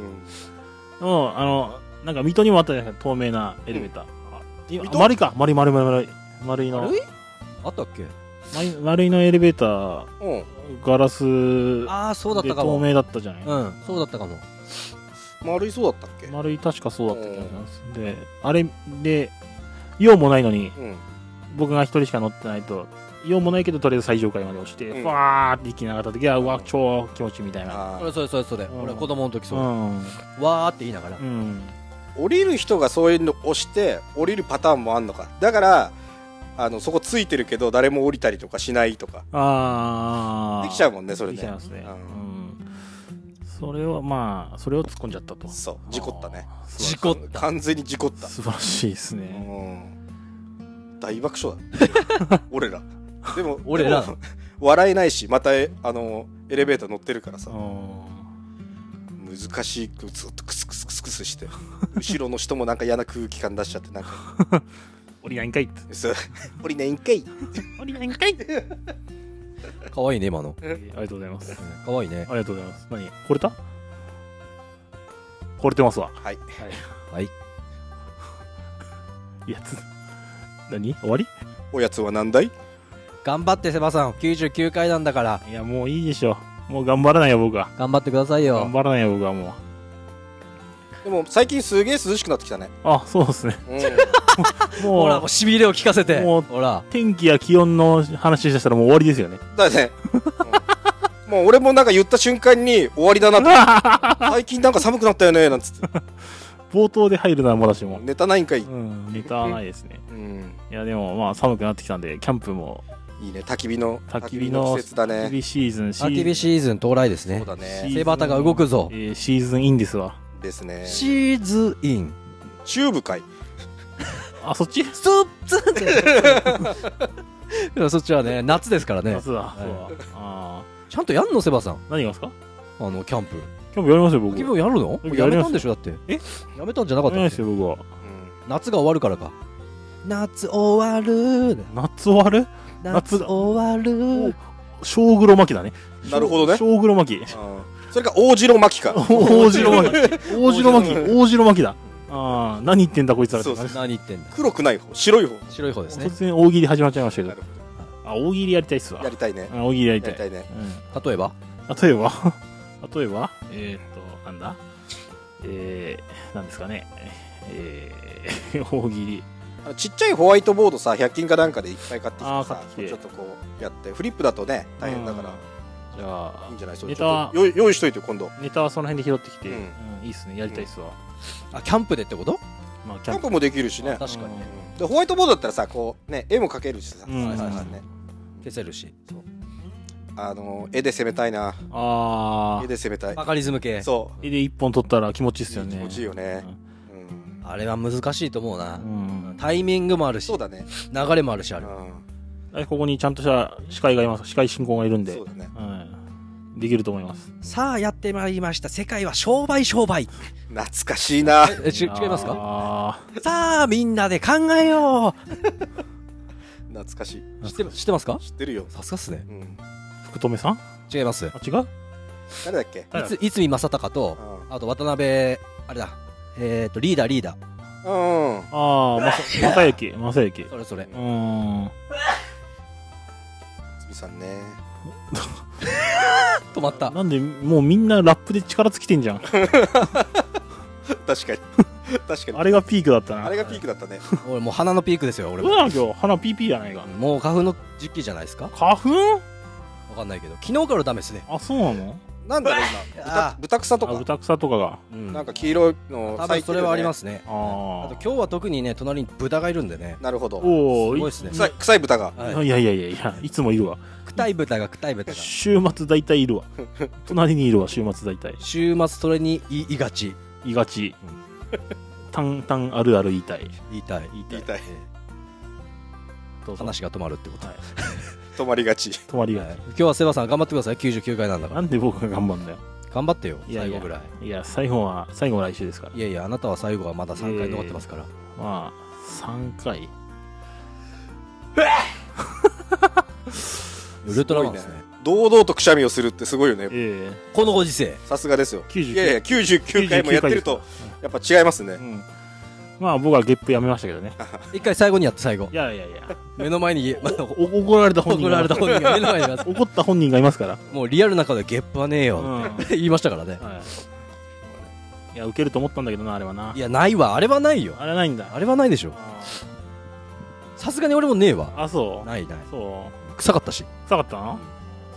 Speaker 2: もうあのなんか水戸にもあったじゃないですか透明なエレベーター、あ今
Speaker 1: 水戸
Speaker 2: 丸いか丸い丸い丸い丸いの
Speaker 3: 丸いあったっけ
Speaker 2: 丸い丸いのエレベーター
Speaker 1: うんうん
Speaker 2: ガラス
Speaker 3: ああそうだっ
Speaker 2: で
Speaker 3: たか
Speaker 2: 透
Speaker 3: も
Speaker 2: 明だったじゃない、
Speaker 3: うんそうだったかも
Speaker 1: 丸いそうだったっけ
Speaker 2: 丸い確かそうだった気がしますであれで用もないのに
Speaker 1: うん
Speaker 2: 僕が一人しか乗ってないと用もないけどとりあえず最上階まで押して
Speaker 1: うん
Speaker 2: ファーって息流った時はうわ超気持ちいいみたいな
Speaker 1: あ
Speaker 3: そ
Speaker 1: ー
Speaker 3: れそれそれそれ、
Speaker 2: うん
Speaker 3: 俺子供の時
Speaker 2: う
Speaker 3: そう、
Speaker 2: ん
Speaker 3: わーって言いながら、
Speaker 2: うん
Speaker 1: 降りる人がそういうの押して降りるパターンもあんのかだからあのそこついてるけど誰も降りたりとかしないとか
Speaker 2: ああ
Speaker 1: できちゃうもんねそれ
Speaker 2: できちゃい
Speaker 1: ね
Speaker 2: ますね、
Speaker 1: う
Speaker 2: うんんそれをまあそれを突っ込んじゃったと
Speaker 1: そう事故ったね
Speaker 2: あー素晴らしい
Speaker 3: 事故った
Speaker 1: 完全に事故った
Speaker 2: 素晴らしいですね。
Speaker 1: うん大爆笑 だ俺らでも
Speaker 3: 俺ら
Speaker 1: でも笑えないしまたえあのエレベーター乗ってるからさ
Speaker 2: うん
Speaker 1: 難しくずっとクスクスクスクスして 後ろの人もなんか嫌な空気感出しちゃってなんか
Speaker 2: 降りないんかいって。
Speaker 1: 「そう降りないんかい」
Speaker 2: 降りないんかいって。
Speaker 3: かわいいね今の
Speaker 2: ありがとうございます。
Speaker 3: かわいいね
Speaker 2: ありがとうございます。何惚れた惚れてますわ。
Speaker 1: はい
Speaker 3: はい
Speaker 2: いやつ。何終わり
Speaker 1: おやつは何だい
Speaker 3: 頑張ってセバさん99回なんだから
Speaker 2: いや、もういいでしょ。もう頑張らないよ、僕は。
Speaker 3: 頑張ってください
Speaker 2: 頑
Speaker 3: よ
Speaker 2: 張らないよ、僕はも
Speaker 1: でも最近すげえ涼しくなってきたね。
Speaker 2: あ、そうですね。
Speaker 1: うん、
Speaker 3: ほ
Speaker 2: も
Speaker 3: ら、もう
Speaker 2: う、
Speaker 3: 痺れを聞かせて。
Speaker 2: もう
Speaker 3: ほら。
Speaker 2: 天気や気温の話したらもう終わりですよね。
Speaker 1: だよね。うんもう俺もなんか言った瞬間に終わりだなって。 最近なんか寒くなったよね、なんつって。
Speaker 2: 冒頭で入るならまだしも。
Speaker 1: ネタないんかい。
Speaker 2: うん、ネタはないですね。
Speaker 1: うん。
Speaker 2: いや、でもまあ寒くなってきたんで、キャンプも
Speaker 1: いいね、焚き火の、
Speaker 2: 焚き火の
Speaker 1: 季節だ
Speaker 2: 焚
Speaker 1: ね。
Speaker 2: き火シーズン、シ
Speaker 3: 焚き火
Speaker 2: ー
Speaker 3: シーズン到来です
Speaker 1: そ
Speaker 3: ね
Speaker 1: う。だ
Speaker 2: シ
Speaker 1: ね。
Speaker 2: ー
Speaker 3: セバタが動くぞ
Speaker 2: え。ーシーズンインですわ。
Speaker 1: ですね。
Speaker 3: シーズイン。
Speaker 1: チューブかい。
Speaker 2: あ、そっち
Speaker 3: ストップスって。 そっちはね、夏ですからね
Speaker 2: 夏。だ。
Speaker 3: い
Speaker 2: そうだ。あ
Speaker 3: ちゃんとやんの、セバさん。
Speaker 2: ー何がですか
Speaker 3: あの、キャンプ。
Speaker 2: キャンプやりますよ、僕。
Speaker 3: 気
Speaker 2: や
Speaker 3: 分やるの
Speaker 2: 僕や
Speaker 3: や
Speaker 2: り
Speaker 3: め
Speaker 2: ま
Speaker 3: た
Speaker 2: す
Speaker 3: んでしょだって。
Speaker 2: え
Speaker 3: やめたんじゃなかっ
Speaker 2: り
Speaker 3: た
Speaker 2: ない
Speaker 3: っ
Speaker 2: です
Speaker 3: け
Speaker 2: よ、僕は。
Speaker 3: 夏が終わるからか。夏終わる。
Speaker 2: 夏終わる
Speaker 3: 夏
Speaker 2: 夏
Speaker 3: 終わる。
Speaker 2: 小黒巻きだね。
Speaker 1: なるほどね
Speaker 2: 小黒巻き。
Speaker 1: うんそれか大白巻きか。
Speaker 2: 大白 巻き。大白巻き。
Speaker 1: 大
Speaker 2: 大白巻きだ。ああ、何言ってんだこいつらって
Speaker 1: そう
Speaker 2: 感
Speaker 1: そ
Speaker 2: じ
Speaker 1: う
Speaker 2: です。
Speaker 3: 何言ってんだ。
Speaker 1: 黒くない方、白い方。
Speaker 3: 白い方ですね
Speaker 2: 突。然大喜利始まっちゃいましたけ
Speaker 1: な
Speaker 2: ど
Speaker 1: る。ほ
Speaker 2: あ、大喜利やりたいっす
Speaker 1: ど
Speaker 2: わ
Speaker 1: や。りたいね。
Speaker 2: うん大喜利やりた
Speaker 1: やりた
Speaker 2: い。
Speaker 1: いね。
Speaker 2: うん
Speaker 3: 例えば
Speaker 2: 例えば 例えばえーっと、なんだえー、なんですかね。えー、 大喜利。
Speaker 1: あのちっちゃいホワイトボードさ、100均かなんかでいっぱい買ってき
Speaker 2: あ
Speaker 1: て
Speaker 2: ー買
Speaker 1: さ
Speaker 2: っ、てきて
Speaker 1: ちょっとこうやって、フリップだとね、大変だから、
Speaker 2: じゃあ
Speaker 1: いいん、じゃないそれ
Speaker 2: ネ
Speaker 1: ち
Speaker 2: タ
Speaker 1: ょ
Speaker 2: は
Speaker 1: っと用意用意しといて、今度。
Speaker 2: ネタはその辺で拾ってきて、
Speaker 1: う
Speaker 2: うんんいいっすね。やりたいっすわ。
Speaker 3: あ、キャンプでってこと
Speaker 2: まあ、キ
Speaker 1: キ
Speaker 2: ャ
Speaker 1: ャ
Speaker 2: ン
Speaker 1: ン
Speaker 2: プ
Speaker 1: プもできるしね。
Speaker 3: 確かにね。
Speaker 1: でホワイトボードだったらさ、こう、ね、絵も描けるしさ、
Speaker 2: うん
Speaker 1: はいはいはいね
Speaker 3: 消せるし。
Speaker 1: あの、絵で攻めたいな。
Speaker 2: あ
Speaker 1: 絵
Speaker 2: ー
Speaker 1: で攻めたい
Speaker 3: バ。カリズム系。
Speaker 1: そ
Speaker 2: 絵で一本取ったら気持ちいいっすよね。
Speaker 1: 気持ちいいよねう。うん
Speaker 3: あれは難しいと思うな
Speaker 2: う。ん。
Speaker 3: タイミングもあるし
Speaker 1: そう、だね。
Speaker 3: 流れもあるし、あ
Speaker 1: う
Speaker 3: る。
Speaker 1: ん
Speaker 2: うんここにちゃんとした司会がいます。司会進行がいるんで。
Speaker 1: そうだね。
Speaker 2: うん。できると思います。
Speaker 3: さあ、やってまいりました。世界は商売商売。
Speaker 1: 懐かしいな。
Speaker 3: え、ち違いますか
Speaker 2: か
Speaker 3: さあ、みんなで考えよ。
Speaker 1: 懐かしいう
Speaker 3: 知って、知ってますか
Speaker 1: 知ってるよ。
Speaker 3: さすがっすね。
Speaker 1: うん。
Speaker 2: 福留さん
Speaker 3: 違います。い
Speaker 2: あ、違う
Speaker 1: 誰だっけ
Speaker 2: 誰
Speaker 3: つ、いつみ正隆と
Speaker 1: う、ん
Speaker 3: あと渡辺、あれだ。えっと、リーダー、リーダー。
Speaker 1: うん。
Speaker 2: ああ、まさ、まさゆき、まさゆき。う
Speaker 3: それそれ。
Speaker 2: ーん。
Speaker 1: つみさんね。
Speaker 3: 止まった。
Speaker 2: なんで、もうみんなラップで力尽きてんじゃん。
Speaker 1: 確か に。確かに。
Speaker 2: あれがピークだったな。
Speaker 1: あれがピークだったね。
Speaker 3: 俺もう鼻のピークですよ、俺
Speaker 2: どう
Speaker 3: も。
Speaker 2: なの今日、鼻ピーピーやないか。
Speaker 3: もう花粉の時期じゃないですか
Speaker 2: 花粉
Speaker 3: わかんないけど。昨日からダメですね。
Speaker 2: あ、そうなの
Speaker 1: なんだろう今
Speaker 3: あー
Speaker 1: 豚、豚草と
Speaker 2: あ、
Speaker 1: か。
Speaker 2: 豚草とかが。
Speaker 3: うん。
Speaker 1: な
Speaker 3: 多
Speaker 1: んか黄色いの。
Speaker 3: 分それはありますすね。あ
Speaker 2: あ
Speaker 3: と
Speaker 2: あ。
Speaker 3: 今日は特にね、隣に豚がいるんでね。
Speaker 1: なるほど。
Speaker 2: お
Speaker 3: す
Speaker 2: ー
Speaker 3: ごいっすね
Speaker 1: 臭い、臭い豚が。
Speaker 3: はい
Speaker 2: いやいやいやいや、いつもいるわ。
Speaker 3: くたい豚がくたい豚が。
Speaker 2: 週末大体い るわ。隣にいるわ、週末大体。
Speaker 3: 週末それに言いがち。
Speaker 2: いがち。たんたんあるある言いたい。
Speaker 3: 言いたい。
Speaker 2: 言いた
Speaker 1: 言い
Speaker 2: い。
Speaker 1: たい。
Speaker 2: どうぞ。
Speaker 3: 話が止まるってこと。
Speaker 2: はい。
Speaker 1: 止まりがち。
Speaker 2: 止まりが
Speaker 3: はい
Speaker 2: ち。
Speaker 3: 今日はセバさん頑張ってください。99回なんだか
Speaker 2: な
Speaker 3: ら。
Speaker 2: んで僕が頑張んだよ。
Speaker 3: 頑張ってよ、
Speaker 2: いやい
Speaker 3: 最
Speaker 2: や
Speaker 3: 後ぐらい。
Speaker 2: いや、最後は、最後は来週ですから。
Speaker 3: いやいや、あなたは最後はまだ3回残ってますから。
Speaker 2: まあ、3回。
Speaker 3: ウルトラマンですね。
Speaker 1: ごい堂々とくしゃみをするってすごいよね。
Speaker 2: え
Speaker 3: このご時世。
Speaker 1: さすがですよ。
Speaker 2: え99
Speaker 1: いやいや、99回もやってると、やっぱ違いますね
Speaker 2: う。ん。まあ、僕はゲップやめましたけどね。
Speaker 3: 一回最後にやって最後
Speaker 2: い。やいやいや。
Speaker 3: 目の前に、まだ
Speaker 2: お怒られた本人
Speaker 3: 怒られた本人が目の前にいます。
Speaker 2: 怒った本人がいます から。
Speaker 3: もうリアルな中でゲップはねえ
Speaker 2: うん。
Speaker 3: よ。
Speaker 2: は
Speaker 3: 言いましたからね。
Speaker 2: い。いや、受けると思ったんだけどな、あれはな。
Speaker 3: いや、ないわ。あれはないよ。
Speaker 2: あれないんだ。
Speaker 3: あれはないでしょ。
Speaker 2: あ
Speaker 3: さすがに俺もねえわ。
Speaker 2: ーあ、そう。
Speaker 3: ないない。
Speaker 2: そう。
Speaker 3: 臭かったし。
Speaker 2: 臭かったの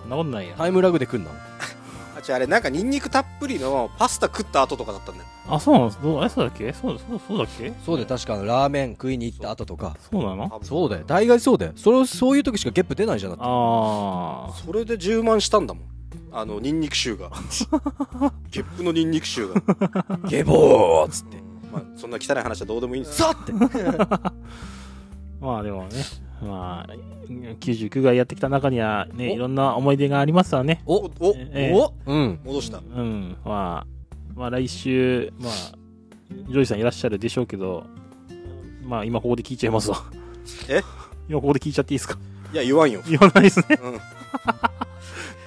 Speaker 2: そんなことないや。
Speaker 3: タイムラグで来んな。
Speaker 1: あ、違う、あれ、なんかニンニクたっぷりのパスタ食った後とかだったんだよ。
Speaker 2: あ、そうなんですどうえ、そうだっけそう、そう、そうだっけ
Speaker 3: そうで、確かラーメン食いに行った後とか。
Speaker 2: そうなの
Speaker 1: 多分
Speaker 3: そうだよ。大概そうだよ。それそういう時しかゲップ出ないじゃん。だって
Speaker 2: あ
Speaker 1: それで10万したんだもん。あの、ニンニク臭 が。ゲップのニンニク臭が。
Speaker 3: ゲボーっつって。
Speaker 1: まあ、そんな汚い話はどうでもいいんです
Speaker 3: さって。
Speaker 2: あ。まあでもね、まあ、99回やってきた中にはね、
Speaker 3: お
Speaker 2: いろんな思い出がありますわね。
Speaker 1: お、
Speaker 3: お、
Speaker 1: お、
Speaker 2: ええ
Speaker 3: お、うん。
Speaker 1: 戻した。
Speaker 2: うん、まあ、まあ来週、まあ、ジョージさんいらっしゃるでしょうけど、まあ今ここで聞いちゃいますわ。
Speaker 1: え
Speaker 2: 今ここで聞いちゃっていいですか
Speaker 1: いや、言わんよ。
Speaker 2: 言わないですね。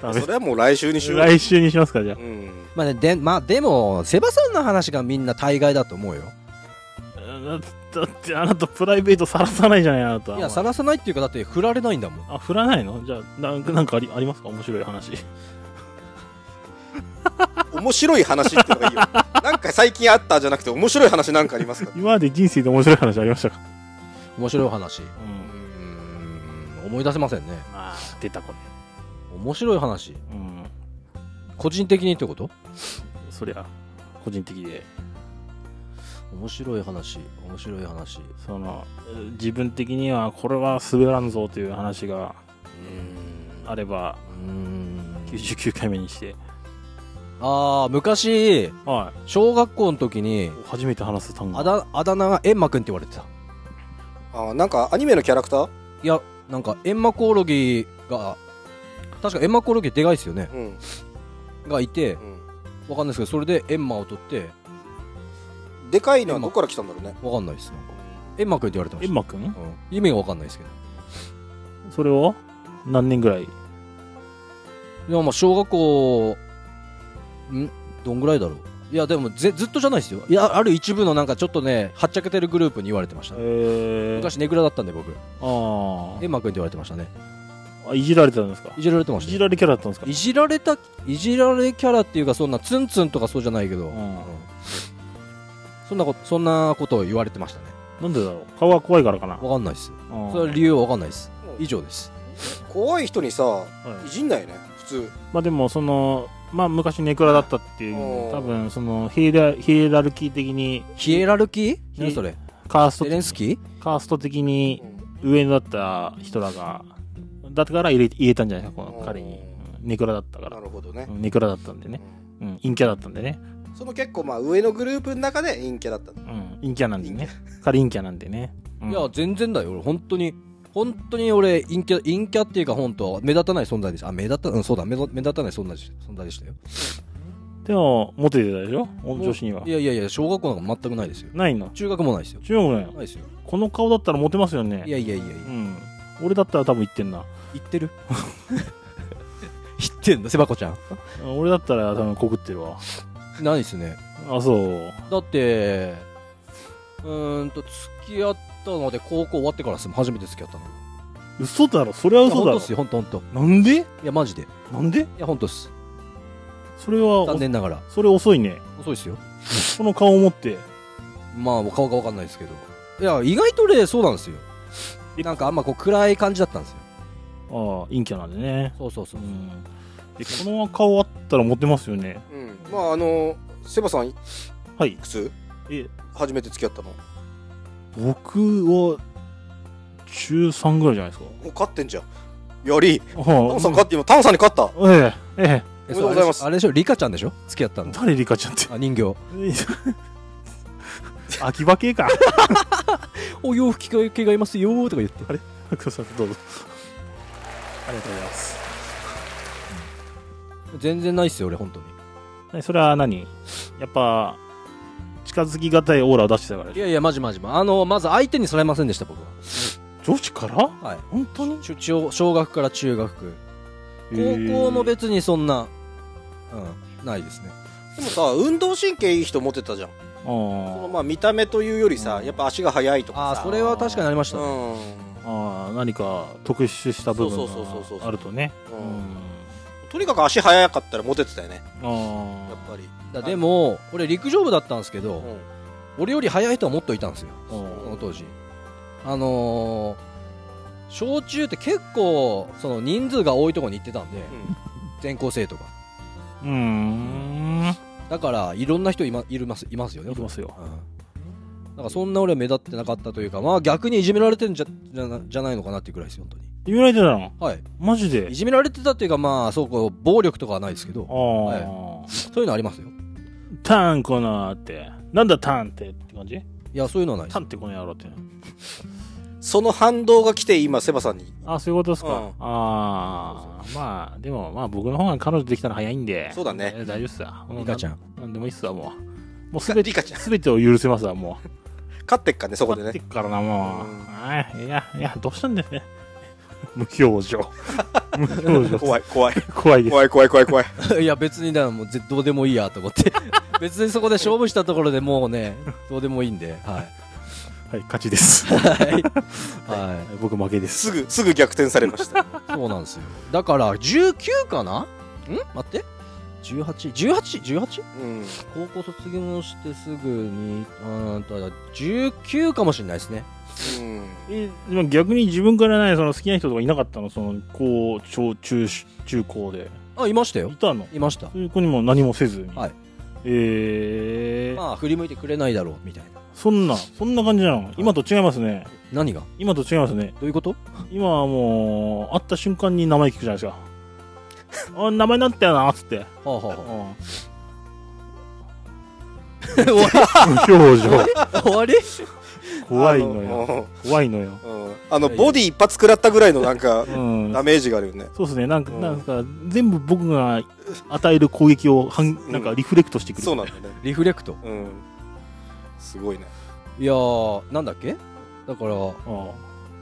Speaker 2: ダメ
Speaker 1: それはもう来週にしよう。
Speaker 2: 来週にしますか、じゃ
Speaker 1: うん。
Speaker 3: まあね、で、まあでも、セバさんの話がみんな大概だと思うよ。
Speaker 2: あ。だだってあなたプライベートさらさないじゃない、あなた。
Speaker 3: いや、さらさないっていうか、だって振られないんだもん。
Speaker 2: あ、振 らないのじゃあ、なんかなんかありありますか面白い話。
Speaker 1: 面白い話ってのがいいよ。なんか最近あったじゃなくて、面白い話なんかありますか
Speaker 2: 今まで人生で面白い話ありましたか
Speaker 3: 面白い話。う
Speaker 2: う
Speaker 3: ー
Speaker 2: ん。
Speaker 3: ん、思い出せませんね。
Speaker 2: まあ、出たこれ。
Speaker 3: 面白い話。
Speaker 2: うん。
Speaker 3: 個人的にってこと
Speaker 2: そりゃ、個人的で。
Speaker 3: 面白い話。面白い話。う
Speaker 2: その、自分的にはこれは滑らんぞという話が
Speaker 3: ーん。
Speaker 2: あれば、
Speaker 3: うーん。
Speaker 2: 99回目にして。
Speaker 3: ああ、昔、
Speaker 2: は
Speaker 3: 小学校の時に
Speaker 2: い。、初めて話す単語。
Speaker 3: あだ、あだ名がエンマくんって言われてた。
Speaker 1: あーなんかアニメのキャラクター
Speaker 3: いや、なんか、エンマコオロギが、確かエンマコオロギでかいですよね。
Speaker 1: うん。
Speaker 3: がいて、
Speaker 1: う
Speaker 3: わかんないですけど、それでエンマを取って、
Speaker 1: ん。でかいのはどこから来たんだろうね。
Speaker 3: わかんないです。なんかエンマくんって言われてま
Speaker 2: エ
Speaker 3: し
Speaker 2: ンマくん
Speaker 3: た。うん意味がわかんないですけど。
Speaker 2: それを何年ぐらい
Speaker 3: でもまあ小学校、んどんぐらいだろういや、でもぜずっとじゃないですよ。いや、ある一部のなんかちょっとね、はっちゃけてるグループに言われてました、ね。
Speaker 2: えー、
Speaker 3: 昔ネクラだったんで僕、
Speaker 2: あ
Speaker 3: エンマくんって言われてましたね。
Speaker 2: ーあ。いじられてたんですか
Speaker 3: いじられてま
Speaker 2: い
Speaker 3: した、
Speaker 2: じ
Speaker 3: ね。
Speaker 2: られキャラだったんですか
Speaker 3: いじられた、いじられキャラっていうか、そんなツンツンとかそうじゃないけど、
Speaker 2: うん
Speaker 3: そんなこと、そんなことを言われてましたね。
Speaker 2: なんでだろう顔は怖いからかな。
Speaker 3: わかんないです。
Speaker 2: うん
Speaker 3: それは理由はわかんないです。以上です。
Speaker 1: 怖い人にさ、
Speaker 2: はい
Speaker 1: いじんないよね、普通。
Speaker 2: まあでもそのまあ昔ネクラだったっていう
Speaker 1: おー
Speaker 2: 多分そのヒエラヒエラルキー的に
Speaker 3: ヒエラルキー
Speaker 2: ひ
Speaker 3: 何それ
Speaker 2: カースト
Speaker 3: ゼレンスキー
Speaker 2: カースト的に上だった人らがだから入れ入れたんじゃないですかこの彼にうんネクラだったか
Speaker 1: な
Speaker 2: ら
Speaker 1: るほどね
Speaker 2: う。んネクラだったんでね、うん、陰キャだったんでね、
Speaker 1: うんその結構まあ上のグループの中で陰キャだったんだ
Speaker 2: うん、陰キャなんでね彼陰キャなんでね、うん
Speaker 3: いや、全然だよ。俺、本当に、本当に俺、陰キャ、陰キャっていうか、本当、目立たない存在でした。あ、目立た、うん、そうだ、目立目立たない存在でし存在でしたよ。
Speaker 2: でもモテてたでしょ女子にはい
Speaker 3: やいやいや、小学校なんか全くないですよ。
Speaker 2: ないの
Speaker 3: 中学もないですよ。
Speaker 2: 中国ね
Speaker 3: ないですよ。
Speaker 2: この顔だったらモテますよね
Speaker 3: いやいやいやいや、
Speaker 2: うん俺だったら多分言ってんな
Speaker 3: 言ってる 言ってんだ、セバコちゃん。
Speaker 2: うん俺だったら多分告ってるわ
Speaker 3: ないですね。
Speaker 2: あそう
Speaker 3: だって、うーんと、付き合ったので、高校終わってからですもん初めて付き合ったの。
Speaker 2: 嘘だろそれはい
Speaker 3: や、
Speaker 2: 嘘
Speaker 3: 本
Speaker 2: だ
Speaker 3: 当
Speaker 2: ろ
Speaker 3: っすよ、本当本
Speaker 2: なんで
Speaker 3: 当。いや、マジで。い
Speaker 2: なんで
Speaker 3: や、本当っす。
Speaker 2: それは
Speaker 3: 残念ながら。
Speaker 2: それ遅いね
Speaker 3: 遅いっすよ。
Speaker 2: この顔を持って
Speaker 3: まあ、顔がわかんないですけど。いや、意外とね、そうなんですよ。
Speaker 2: え
Speaker 3: なんかあんまこう暗い感じだったんですよ。
Speaker 2: ああ陰キャなんでね
Speaker 3: そうそうそうう。
Speaker 2: んでこの顔あったらモテますよね
Speaker 1: うんまああのセバさんい
Speaker 2: はい
Speaker 1: くつ
Speaker 2: え
Speaker 1: 初めて付き合ったのも
Speaker 2: 僕は中3ぐらいじゃないですか
Speaker 1: う勝ってんじゃんより
Speaker 2: ああ
Speaker 1: タンさん勝って今タンさんに勝った
Speaker 2: ええええ
Speaker 3: え
Speaker 1: おめでとうございます
Speaker 3: それあれでしょ、リカちゃんでしょ付き合ったの。
Speaker 2: 誰リカちゃんって
Speaker 3: あ、人形。
Speaker 2: 秋葉 系か
Speaker 3: お洋服着替えますよーとか言って。
Speaker 2: どうぞどうぞありがとうございます
Speaker 3: 全然ないっすよ、俺、本当に。
Speaker 2: えそれは何やっぱ近づきがたいオーラを出してたから
Speaker 3: い
Speaker 2: でし
Speaker 3: やいや、マジマジ。あの、まず相手にされませんでした、僕は。
Speaker 2: ょ女子から
Speaker 3: はい。
Speaker 2: 本当に
Speaker 3: ちょちょ小学から中学。高校も別にそんな、うん、ないですね。
Speaker 1: でもさ運動神経いい人モテたじゃん
Speaker 2: あー
Speaker 1: そのまあ見た目というよりさ
Speaker 2: うん
Speaker 1: やっぱ足が速いと
Speaker 3: あ
Speaker 1: か
Speaker 3: あ、
Speaker 1: さ
Speaker 3: それは確かにありました
Speaker 1: う
Speaker 3: ね。
Speaker 1: ん
Speaker 2: ああ何か特殊した部分
Speaker 1: そうそうそうそうそ
Speaker 2: が
Speaker 1: う
Speaker 2: あるとね
Speaker 1: う
Speaker 2: うんん
Speaker 1: とにかく足速かったらモテてたよね
Speaker 2: あ
Speaker 1: やっぱり
Speaker 3: だでも、俺陸上部だったんですけど、
Speaker 1: うん
Speaker 3: 俺より速い人はもっといたんですよ、
Speaker 2: あ
Speaker 3: その当時。あのー小中って結構、その人数が多いところに行ってたんで、全校生とか。
Speaker 2: うーん
Speaker 3: だから、いろんな人い,、ま、いるますいますよね。
Speaker 2: いきますよ
Speaker 3: うん。なんかそんな俺は目立ってなかったというか、まあ逆にいじめられてんじゃじゃなじゃないのかなっていうくらいですよ、本当に。
Speaker 2: 言われてたの
Speaker 3: はい。
Speaker 2: マジで
Speaker 3: いじめられてたっていうか、まあそうこう、暴力とかはないですけ
Speaker 2: あ、
Speaker 3: ど
Speaker 2: あ
Speaker 3: そういうのありますよ。
Speaker 2: ターンこのーってなんだターンってって感じ
Speaker 3: いや、そういうのはないです
Speaker 2: ターンってこの野郎って
Speaker 1: その反動が来て今セバさんに
Speaker 2: あそういうことです
Speaker 1: うん
Speaker 2: かああまあでもまあ僕の方が彼女できたの早いんで
Speaker 1: そうだね
Speaker 2: えー大丈夫っすわ
Speaker 3: リカちゃ
Speaker 2: ん
Speaker 3: ん。
Speaker 2: なんでもいいっすわもうもうすべて
Speaker 1: リカちゃん
Speaker 2: すべてを許せますわもう
Speaker 1: 勝ってっかねそこで
Speaker 2: 勝
Speaker 1: ね
Speaker 2: ってっからなもう、
Speaker 1: うん
Speaker 2: はいいやいやどうしたんですね無表情無表情
Speaker 1: 怖い怖い
Speaker 2: 怖いです
Speaker 1: 怖い怖い怖い怖い
Speaker 3: いや別にだもうぜどうでもいいやと思って 別にそこで勝負したところでもうねどうでもいいんでは
Speaker 2: はい勝ちです
Speaker 3: いはい、は
Speaker 2: 僕負けです
Speaker 1: すぐすぐ逆転されました
Speaker 3: い、そうなんですよだから19かなん待って18、18、18?
Speaker 1: うん。
Speaker 3: 高校卒業してすぐに、うんと、19かもしれないですね。
Speaker 1: うん。
Speaker 2: えでも逆に自分からないその好きな人とかいなかったのその高小中中高で
Speaker 3: あ、いましたよ
Speaker 2: い。たの
Speaker 3: いました。
Speaker 2: そういう子にも何もせずに
Speaker 3: はい
Speaker 2: えー
Speaker 3: まあ、振り向いてくれないだろう、みたいな。
Speaker 2: そんなそんな感じなの今と違いますね
Speaker 3: 何がど
Speaker 2: 今と違いますね
Speaker 3: ういうこと
Speaker 2: 今はもう会った瞬間に名前聞くじゃないですかあ名前なんてやなっつって
Speaker 3: はあ、はあは
Speaker 2: あ
Speaker 3: あ、終わり
Speaker 2: あ無表情
Speaker 3: 終わり
Speaker 2: 怖いのよ
Speaker 1: よ。
Speaker 2: 怖いのよ
Speaker 1: うんあの、ボディ一発食らったぐらいのなんか、
Speaker 2: うん
Speaker 1: ダメージがあるよね。
Speaker 2: そうですねなんか
Speaker 1: うん
Speaker 2: なんか全部僕が与える攻撃をはんなんかリフレクトしてくる
Speaker 1: そうなんだね。
Speaker 3: リフレクト。
Speaker 1: うん。すごいね。
Speaker 3: いやー、なんだっけだから、
Speaker 2: ああ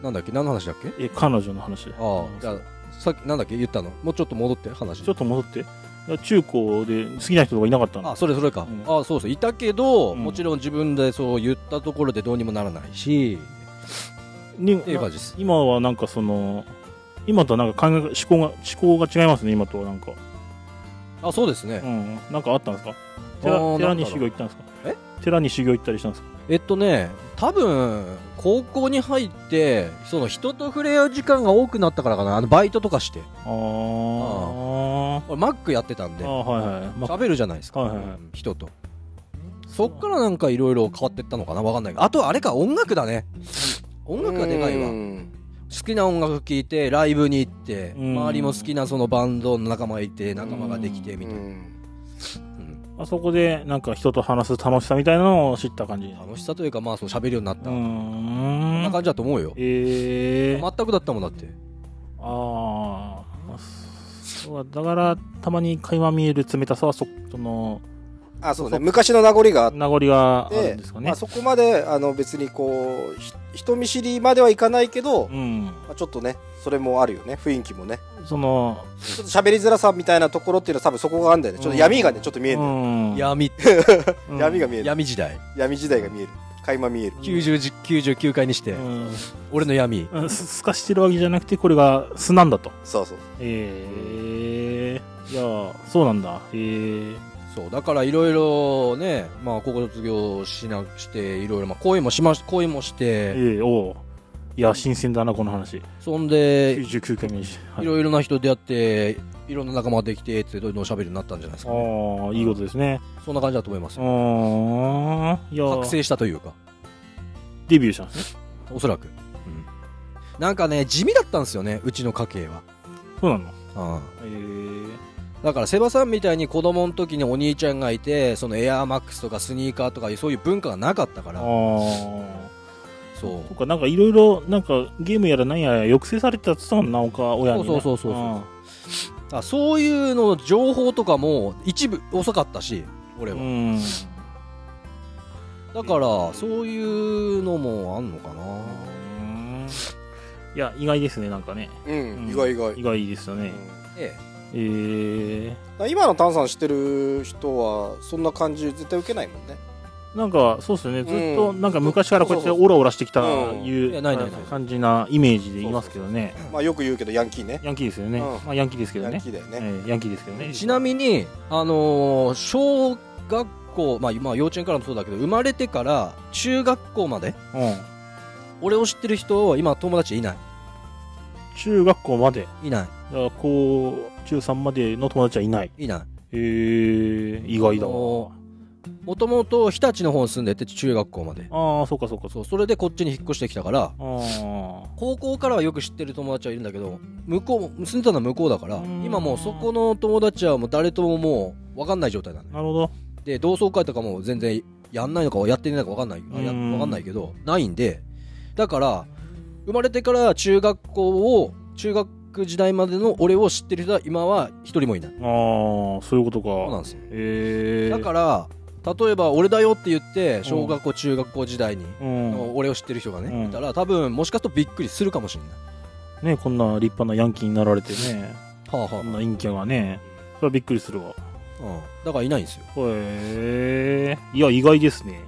Speaker 3: なんだっけ何の話だっけ
Speaker 2: え彼女の話
Speaker 3: ああ、じゃあ、さっき、なんだっけ言ったのもうちょっと戻って、話。
Speaker 2: ちょっと戻って中高で好きな人とかいなかったの
Speaker 3: あ、それそれか。
Speaker 2: うん
Speaker 3: あそうそう。いたけど、
Speaker 2: うん
Speaker 3: もちろん自分でそう言ったところでどうにもならないし、
Speaker 2: ね
Speaker 3: っていう感じです。
Speaker 2: 今はなんかその今とはなんか考え思考が思考が違いますね今とはなんか
Speaker 3: あ、そうですね
Speaker 2: う。んなんかあったんですか
Speaker 3: あー
Speaker 2: 寺寺
Speaker 3: なんだ
Speaker 2: に
Speaker 3: ろう
Speaker 2: 修行行ったんですか
Speaker 3: え
Speaker 2: 寺に修行行ったりしたんですか
Speaker 3: えっとね、多分、高校に入って、その人と触れ合う時間が多くなったからかな。あの、バイトとかして。
Speaker 2: あー
Speaker 3: 俺、マックやってたん
Speaker 2: あー
Speaker 3: で、
Speaker 2: はいはい、まあ、
Speaker 3: 喋るじゃないですか。
Speaker 2: はいはいはい
Speaker 3: うん人と。そっからなんかいろいろ変わってったのかなわかんないけど。あと、あれか、音楽だね。音楽がでかいわ。
Speaker 1: うん
Speaker 3: 好きな音楽聴いてライブに行って
Speaker 2: うん
Speaker 3: 周りも好きなそのバンドの仲間がいて仲間ができてみ
Speaker 1: う
Speaker 3: たいな、
Speaker 1: ん
Speaker 3: うん
Speaker 2: あそこでなんか人と話す楽しさみたいなのを知った感じう
Speaker 3: 楽しさというかまあそう喋るようになった、
Speaker 2: ー
Speaker 3: こんなん感じだと思うよ、
Speaker 2: えー、
Speaker 3: 全くだったもんだって
Speaker 2: ああそうだだからたまに垣間見える冷たさはそその
Speaker 1: あ、そうね。昔の名残があっ
Speaker 2: 名残がある
Speaker 1: て
Speaker 2: んですか、ね
Speaker 1: まあそこまで、あの、別にこう、ひ人見知りまではいかないけど
Speaker 2: う、ん
Speaker 1: まあちょっとね、それもあるよね。雰囲気もね。
Speaker 2: その
Speaker 1: ちょっと喋りづらさみたいなところっていうのは多分そこがあるんだよね。ちょっと闇がね、ちょっと見えるんだよ。
Speaker 2: うん
Speaker 3: 闇
Speaker 2: うん
Speaker 1: 闇が見える。
Speaker 3: 闇時代
Speaker 1: 闇時代が見える。垣間見える。
Speaker 3: 90じ99回にして、
Speaker 2: うん
Speaker 3: 俺の闇
Speaker 2: うんすすかしてるわけじゃなくてこれが素なんだと
Speaker 1: そうそう。
Speaker 2: ええいやあそうなんだええ
Speaker 3: そうだからいろいろねまあ高校卒業しなしていろいろまあ恋もしまし恋もして
Speaker 2: ええおういや新鮮だなこの話
Speaker 3: そんで
Speaker 2: 99回目にして、はいい、
Speaker 3: ろいろな人出会っていろんな仲間ができてってどんどん喋るようになったんじゃないですかね
Speaker 2: ああいいことですね
Speaker 3: そんな感じだと思います
Speaker 2: う
Speaker 3: よ
Speaker 2: ーんいや
Speaker 3: 覚醒したというか
Speaker 2: デビューしたんですね
Speaker 3: おそらく、なんかね地味だったんですよねうちの家系は、
Speaker 2: そうなの
Speaker 3: うん
Speaker 2: ええ
Speaker 3: だからセバさんみたいに子供の時にお兄ちゃんがいてそのエアーマックスとかスニーカーとかそういう文化がなかったか
Speaker 2: あ
Speaker 3: ら
Speaker 2: あ
Speaker 3: そう
Speaker 2: そうかなんかいろいろなんかゲームやら何やら抑制されてたって言ってたもんなおか親にね
Speaker 3: そうそうそうそうそう
Speaker 2: あ
Speaker 3: あそういうの情報とかも一部遅かったし俺
Speaker 2: あう
Speaker 3: は、
Speaker 2: ん
Speaker 3: だからそういうのもあんのか
Speaker 2: うんいや意外ですねなんかね
Speaker 1: う、
Speaker 2: うんん
Speaker 1: 意外意外。
Speaker 2: 意外ですよね
Speaker 1: うん
Speaker 3: なえ
Speaker 2: ええ
Speaker 1: だから今の炭酸してる人はそんな感じ絶対受けないもんね
Speaker 2: なんかそうですよねずっと
Speaker 1: うん
Speaker 2: なんか昔からこうやって
Speaker 1: そうそう
Speaker 2: オラオラしてきた
Speaker 1: うん
Speaker 2: い
Speaker 3: いうや
Speaker 2: あ
Speaker 3: ないないない
Speaker 2: の感じなイメージでいますけどね
Speaker 1: まあよく言うけどヤンキーね
Speaker 2: ヤンキーですよね
Speaker 1: うん
Speaker 2: まあヤンキーですけど
Speaker 1: ヤン
Speaker 2: ね
Speaker 1: キーだよね、
Speaker 2: ええヤンキーですけどね
Speaker 3: ちなみにあのー小学校まあ、まあ、幼稚園からもそうだけど生まれてから中学校まで
Speaker 2: うん
Speaker 3: 俺を知ってる人は今友達いな
Speaker 2: 中学校まで
Speaker 3: いいない
Speaker 2: だから高中3までの友達はいない
Speaker 3: いない
Speaker 2: ええ意外だわ
Speaker 3: もともと日立の方に住んでて中学校まで
Speaker 2: ああそうかそうかそう
Speaker 3: そうそれでこっちに引っ越してきたから
Speaker 2: あ
Speaker 3: 高校からはよく知ってる友達はいるんだけど向こう住んでたのは向こうだから
Speaker 2: うん
Speaker 3: 今もうそこの友達はもう誰とももう分かんない状態な
Speaker 2: あ
Speaker 3: のね
Speaker 2: なるほど
Speaker 3: で同窓会とかも全然やんないのかやってないのか分かんないあや
Speaker 2: うん
Speaker 3: 分かんないけどないんでだから生まれてから中学校を中学時代までの俺を知ってる人は今は一人もいない
Speaker 2: ああそういうこと
Speaker 3: そうなん
Speaker 2: か
Speaker 3: ですよ
Speaker 2: ええ
Speaker 3: だから例えば俺だよって言って小学校中学校時代に
Speaker 2: うん
Speaker 3: 俺を知ってる人が
Speaker 2: う
Speaker 3: ね
Speaker 2: ん
Speaker 3: いたら多分もしかするとびっくりするかもしれない
Speaker 2: ねこんな立派なヤンキーになられてね
Speaker 3: はあ
Speaker 2: こん
Speaker 3: は
Speaker 2: な陰キャがねそれはびっくりするわ
Speaker 3: あ、うん、だからいないんですよ
Speaker 2: へえいや意外ですね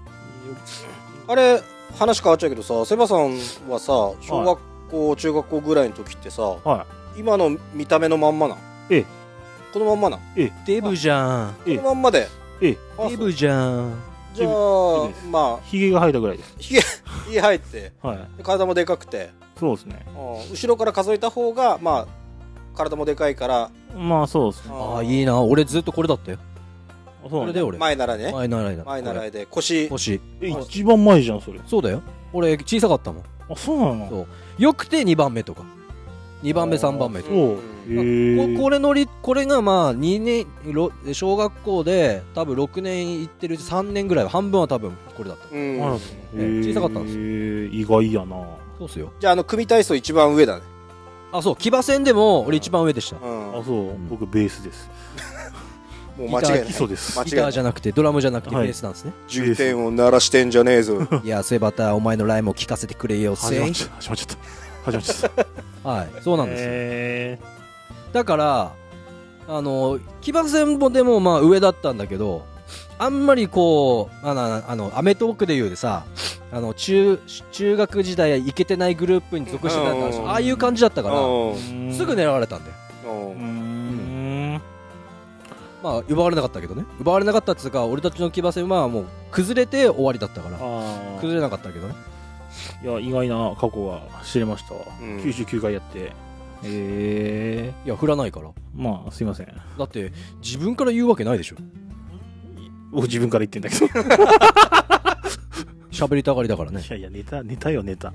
Speaker 1: あれ話変わっちゃうけどさセバさんはさ小学校、中学校ぐらいの時ってさ
Speaker 2: は
Speaker 1: 今の見た目のまんまなん
Speaker 2: ええ
Speaker 1: このまんまな
Speaker 3: デブじゃん。
Speaker 1: このまんまで
Speaker 2: ええ
Speaker 1: あそ
Speaker 3: デ
Speaker 1: う
Speaker 3: ブじゃん。
Speaker 1: じゃ
Speaker 2: いい
Speaker 1: あ
Speaker 2: です
Speaker 1: まあ
Speaker 2: ひげが生えたぐらいで。
Speaker 1: ひげひげ生えて
Speaker 2: はい。
Speaker 1: で体もでかくて
Speaker 2: そうですね
Speaker 1: う。ん後ろから数えた方がまあ体もでかいから
Speaker 2: まあそうですね。
Speaker 3: ああ、いいな。俺ずっとこれだったよ。
Speaker 2: そ
Speaker 3: こ
Speaker 2: う
Speaker 3: れ
Speaker 2: ね
Speaker 3: で俺。
Speaker 1: 前ならね
Speaker 3: 前習いだ。
Speaker 1: 前なら
Speaker 3: い。
Speaker 1: えで腰
Speaker 3: 腰。
Speaker 2: え一番前じゃん、それ。
Speaker 3: そうだよ。俺小さかったもん。
Speaker 2: あ、そうなの
Speaker 3: そうよくて2番目とか。2番目、
Speaker 2: あー
Speaker 3: 3番目とか。
Speaker 2: そう。へえ。
Speaker 3: ここれのり、これがまあ、2年、ろ小学校で多分6年行ってるうち3年ぐらいは、半分は多分これだった。
Speaker 1: うん
Speaker 2: あら
Speaker 3: ね小さかったんです
Speaker 2: です意外やな。
Speaker 3: そうっすよ。
Speaker 1: じゃああの組体操一番上だね
Speaker 3: あ、そう、騎馬戦でも俺一番上でした。
Speaker 1: うん
Speaker 2: あ、
Speaker 1: も
Speaker 2: そう。僕、ベースです。
Speaker 1: う間違い
Speaker 3: ギター
Speaker 1: ない
Speaker 2: 基礎です
Speaker 1: 間。違
Speaker 3: ギ
Speaker 1: い
Speaker 3: タ
Speaker 1: な
Speaker 3: ー
Speaker 1: い
Speaker 3: じゃなくて、ドラムじゃなくて、ベ
Speaker 2: はい
Speaker 3: ースな んですね。
Speaker 1: 重点を鳴らしてんじゃねえぞ
Speaker 3: い、や、セバタ、お前のライムを聞かせてくれよ、
Speaker 2: 始
Speaker 3: せ
Speaker 2: まっ
Speaker 3: い。
Speaker 2: ちゃった。始まっちゃった。始まっちゃった。
Speaker 3: はい、そうなんですよ。
Speaker 2: へえ
Speaker 3: だから、あの、騎馬戦もでもまあ上だったんだけど、あんまりこう、あの、あのアメトークで言うでさ、あの、中、中学時代行けてないグループに属してたから
Speaker 1: うん
Speaker 3: ああいう感じだったか
Speaker 1: うん
Speaker 3: ら、すぐ。狙われたんだよ。
Speaker 1: うん
Speaker 2: うーん。
Speaker 3: まあ、奪われなかったけどね。奪われなかったっていうか、俺たちの騎馬戦はもう崩れて終わりだったから、
Speaker 2: ああ。
Speaker 3: 崩れなかったけどね。
Speaker 2: いや、意外な過去が知れましたわ。
Speaker 1: うん
Speaker 2: 99回やって。ええ
Speaker 3: いや、振らないから。
Speaker 2: まあ、すいません。
Speaker 3: だって、自分から言うわけないでしょ。
Speaker 2: 僕自分から言ってんだけど。い
Speaker 3: 喋りたがりだからね。
Speaker 2: やいや、ネタ、ネタよ、ネタ。あ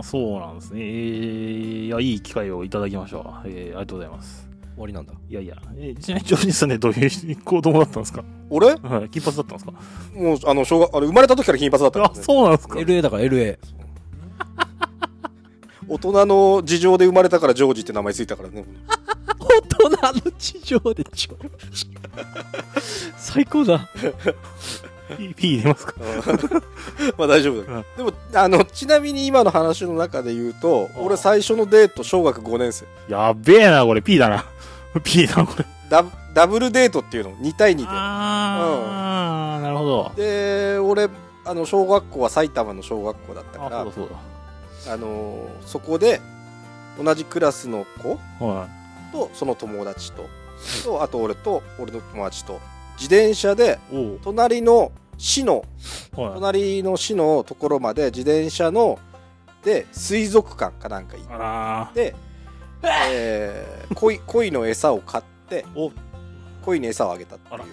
Speaker 2: あ、そうなんですね。えー、いや、いい機会をいただきましたわ。えー、ありがとうございます。
Speaker 3: 終わりなんだ。
Speaker 2: いやいや、えーちなみに、ジョージさんね、どういう子供だったんですか
Speaker 1: 俺
Speaker 2: はい、金髪だったんですか
Speaker 1: もうあの小学あれ生まれた時から金髪だったから
Speaker 2: あ、
Speaker 1: ね
Speaker 2: そうなんですか
Speaker 3: LA だから LA。
Speaker 1: 大人の事情で生まれたからジョージって名前ついたからね
Speaker 3: 大人の事情でちょ最 高だ
Speaker 2: P, P 入れますか
Speaker 1: まあ大丈夫だ、でもあのちなみに今の話の中で言うと俺最初のデート小学5年生
Speaker 2: やべえな、これ。P だな。P だな、これ。
Speaker 1: ダブダブルデートっていうの2対2
Speaker 2: ああ、なるほど。
Speaker 1: でで俺あの小学校は埼玉の小学校だったか
Speaker 2: あ、
Speaker 1: ら
Speaker 2: そう
Speaker 1: あ
Speaker 2: だそう
Speaker 1: のーそこで同じクラスの子
Speaker 2: だ。は
Speaker 1: とその友達ととあと俺と俺の友達と自転車で
Speaker 2: い。お
Speaker 1: 隣の市の
Speaker 2: お。はい。
Speaker 1: 隣の市のところまで自転車ので水族館かなんか行っ
Speaker 2: あら
Speaker 1: て、えー、鯉鯉の餌を買って
Speaker 2: ー。お、
Speaker 1: 鯉に餌をあげたってい
Speaker 2: あら
Speaker 1: う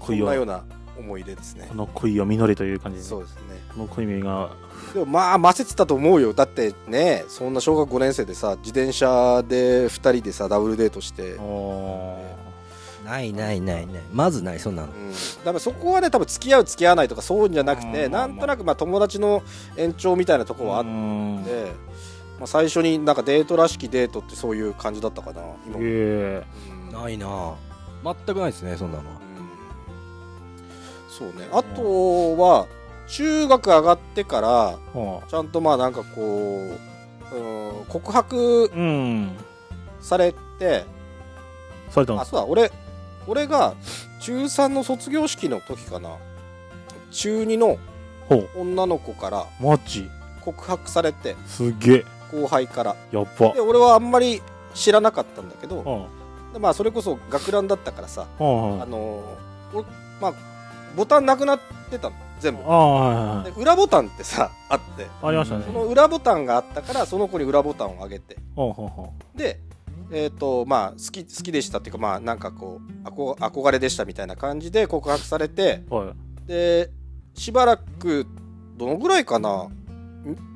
Speaker 1: そん
Speaker 2: 恋
Speaker 1: なよ
Speaker 2: は、
Speaker 1: うな思い出ですね
Speaker 2: この恋は実りという感じで。。
Speaker 1: そううですね
Speaker 2: この恋実が、
Speaker 1: でもまあませてたと思うよだってねそんな小学5年生でさ自転車で2人でさダブルデートして、うん、
Speaker 2: お
Speaker 3: ないないないないまずないそんなの
Speaker 1: だからそこはね多分付き合う付き合わないとかそうじゃなくて
Speaker 2: うんまあま
Speaker 1: な
Speaker 2: あ
Speaker 1: んとなくまあ友達の延長みたいなとこはあっ
Speaker 2: んえ
Speaker 1: で、まあ、最初になんかデートらしきデートってそういう感じだったかな今、うん
Speaker 2: え
Speaker 1: うん
Speaker 3: ないな全くないですねそんなのは
Speaker 1: そうねあとは中学上がってから
Speaker 2: は
Speaker 1: ちゃんとまあなんかこう、うん、告白
Speaker 2: あうん。
Speaker 1: されて
Speaker 2: されたんで
Speaker 1: あ
Speaker 2: す
Speaker 1: そうだ俺俺が中3の卒業式の時かな中2の
Speaker 2: ほう。
Speaker 1: 女の子から
Speaker 2: マジ
Speaker 1: 告白されて
Speaker 2: すげえ。
Speaker 1: 後輩から
Speaker 2: やっば
Speaker 1: で。俺はあんまり知らなかったんだけど
Speaker 2: は
Speaker 1: でまあそれこそ学ランだったからさ
Speaker 2: あ。は
Speaker 1: あ
Speaker 2: あ。
Speaker 1: のーおまあ、ボタンなくなってたの全部
Speaker 2: ああ、はいはいは
Speaker 1: で
Speaker 2: い。
Speaker 1: 裏ボタンってさあって
Speaker 2: ありましたね。
Speaker 1: その
Speaker 2: は
Speaker 1: 裏ボタンがあったからその子に裏ボタンをあげて
Speaker 2: あはあは
Speaker 1: でえっ、とまあ好き好きでしたっていうかまあなんかこう憧憧れでしたみたいな感じで告白されて
Speaker 2: あ。はい。
Speaker 1: でしばらくどのぐらいかな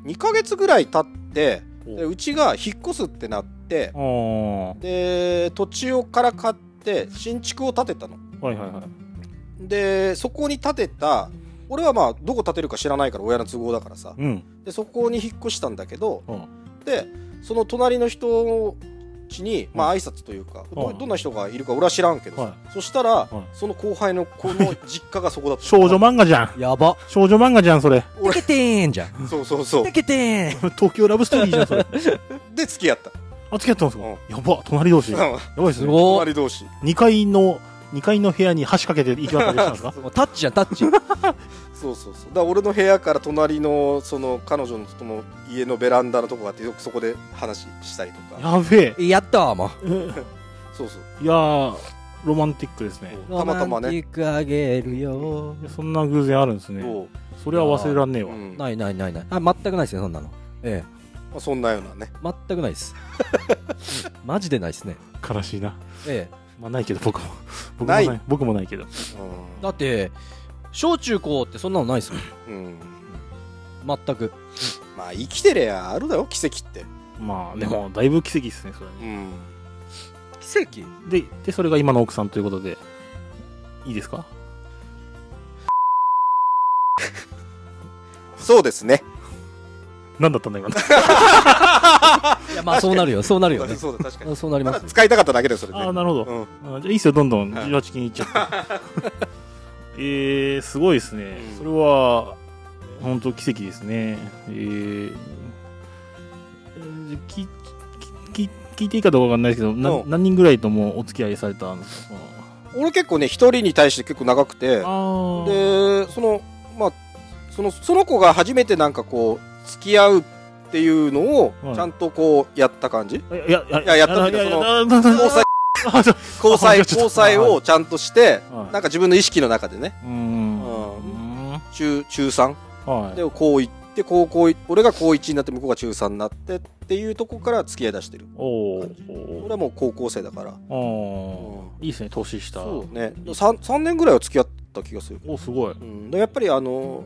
Speaker 1: 2ヶ月ぐらい経ってでうちが引っ越すってなって
Speaker 2: おあ
Speaker 1: で土地をから買って新築を建てたの。
Speaker 2: あ。はいはいはい。
Speaker 1: でそこに建てた俺はまあどこ建てるか知らないから親の都合だからさ
Speaker 2: うん。
Speaker 1: でそこに引っ越したんだけど、
Speaker 2: うん
Speaker 1: でその隣の人の家にまあ挨拶というか、ど
Speaker 2: うん
Speaker 1: どんな人がいるか俺は知らんけどさ、
Speaker 2: は
Speaker 1: そしたら、
Speaker 2: い
Speaker 1: その後輩の子の実家がそこだった
Speaker 2: 少女漫画じゃん。
Speaker 3: やば
Speaker 2: 少女漫画じゃん、それ。
Speaker 1: 俺
Speaker 3: テケテーンじゃん
Speaker 1: そうそうそ
Speaker 3: テケテーン
Speaker 2: 東京ラブストーリーじゃん、それ。
Speaker 1: うで付き合った
Speaker 2: あ、付き合ったんですかやば、隣同士。やば いです
Speaker 3: す
Speaker 2: ね。
Speaker 3: ごい
Speaker 1: 隣同士
Speaker 2: 2階の、2階の部屋に箸かけて行き渡りしたん ですか
Speaker 3: もうタッチじゃんタッチ
Speaker 1: そうそうそうだから俺の部屋から隣のその彼女のとの家のベランダのとこがあってよくそこで話したりとか
Speaker 2: やべえ。
Speaker 3: やったわもう
Speaker 2: え
Speaker 1: そうそう。
Speaker 2: いやー、ロマンティックですね。
Speaker 1: たまたま
Speaker 3: ロマンテ
Speaker 1: ね。
Speaker 3: ィックあげるよ
Speaker 2: いやそんな偶然あるんですね。
Speaker 1: そう
Speaker 2: それは忘れらんねえわ
Speaker 1: う。んま
Speaker 3: ないないないないあ全くないですねそんなのええ
Speaker 1: あそんなようなね。
Speaker 3: 全くないです うんマジでないですね
Speaker 2: 悲しいな。
Speaker 3: え
Speaker 2: まあ、ないけど、 僕も。僕もな
Speaker 1: ない
Speaker 2: い。僕もないけど。
Speaker 3: えだって小中高ってそんなのないですも
Speaker 1: うん。うん
Speaker 3: ん全く
Speaker 1: まあ、生きてりゃあるだよ、奇跡って。
Speaker 2: まあ、でも、だいぶ奇跡ですね、それ
Speaker 1: う
Speaker 2: ね。
Speaker 1: ん。
Speaker 3: 奇跡
Speaker 2: で、で、それが今の奥さんということで、いいですか
Speaker 1: そうですね。
Speaker 2: 何だったんだ、今 の。
Speaker 3: いやまあそうなるよそうなるよね
Speaker 1: そうだ、確かに。
Speaker 3: そうなり
Speaker 1: た
Speaker 3: ま
Speaker 1: だ
Speaker 3: すよ
Speaker 1: 使いたかっただけで、それね。
Speaker 2: ああ、なるほど。
Speaker 1: うん。
Speaker 2: あじゃあいいっすよ、どんどん
Speaker 1: はい
Speaker 2: 18金いっちゃって。 えー、すごいですね
Speaker 1: うん。
Speaker 2: それは、本当奇跡ですね。えー、ききき聞いていいかどうかわかんないですけど、な
Speaker 1: うん
Speaker 2: 何人ぐらいともお付き合いされたんですか
Speaker 1: 俺結構ね、一人に対して結構長くて
Speaker 2: あ、ー
Speaker 1: で、その、まあ、その、その子が初めてなんかこう、付き合うっていうのを
Speaker 2: は、い
Speaker 1: ちゃんとこう、やった感じ
Speaker 2: いや、いや、
Speaker 1: いややったんだけど
Speaker 2: いやい
Speaker 1: そ
Speaker 2: やななな
Speaker 1: 交際、
Speaker 2: あそう
Speaker 1: 交
Speaker 2: あい
Speaker 1: 際、
Speaker 2: やちょっと
Speaker 1: 交際をちゃんとして、
Speaker 2: はい
Speaker 1: なんか自分の意識の中でね、
Speaker 2: うーん
Speaker 1: う
Speaker 2: う
Speaker 1: 中、中3。
Speaker 2: ーん。はい。
Speaker 1: で、こう行って、高校い、俺が高1になって、向こうが中3になってっていうとこから付き合い出してる。
Speaker 2: おー
Speaker 1: 俺はもう高校生だから。
Speaker 2: おーいいですね、年下。
Speaker 1: そうね。3、三年ぐらいは付き合った気がする。
Speaker 2: お、すごい。
Speaker 1: うん。でやっぱりあの、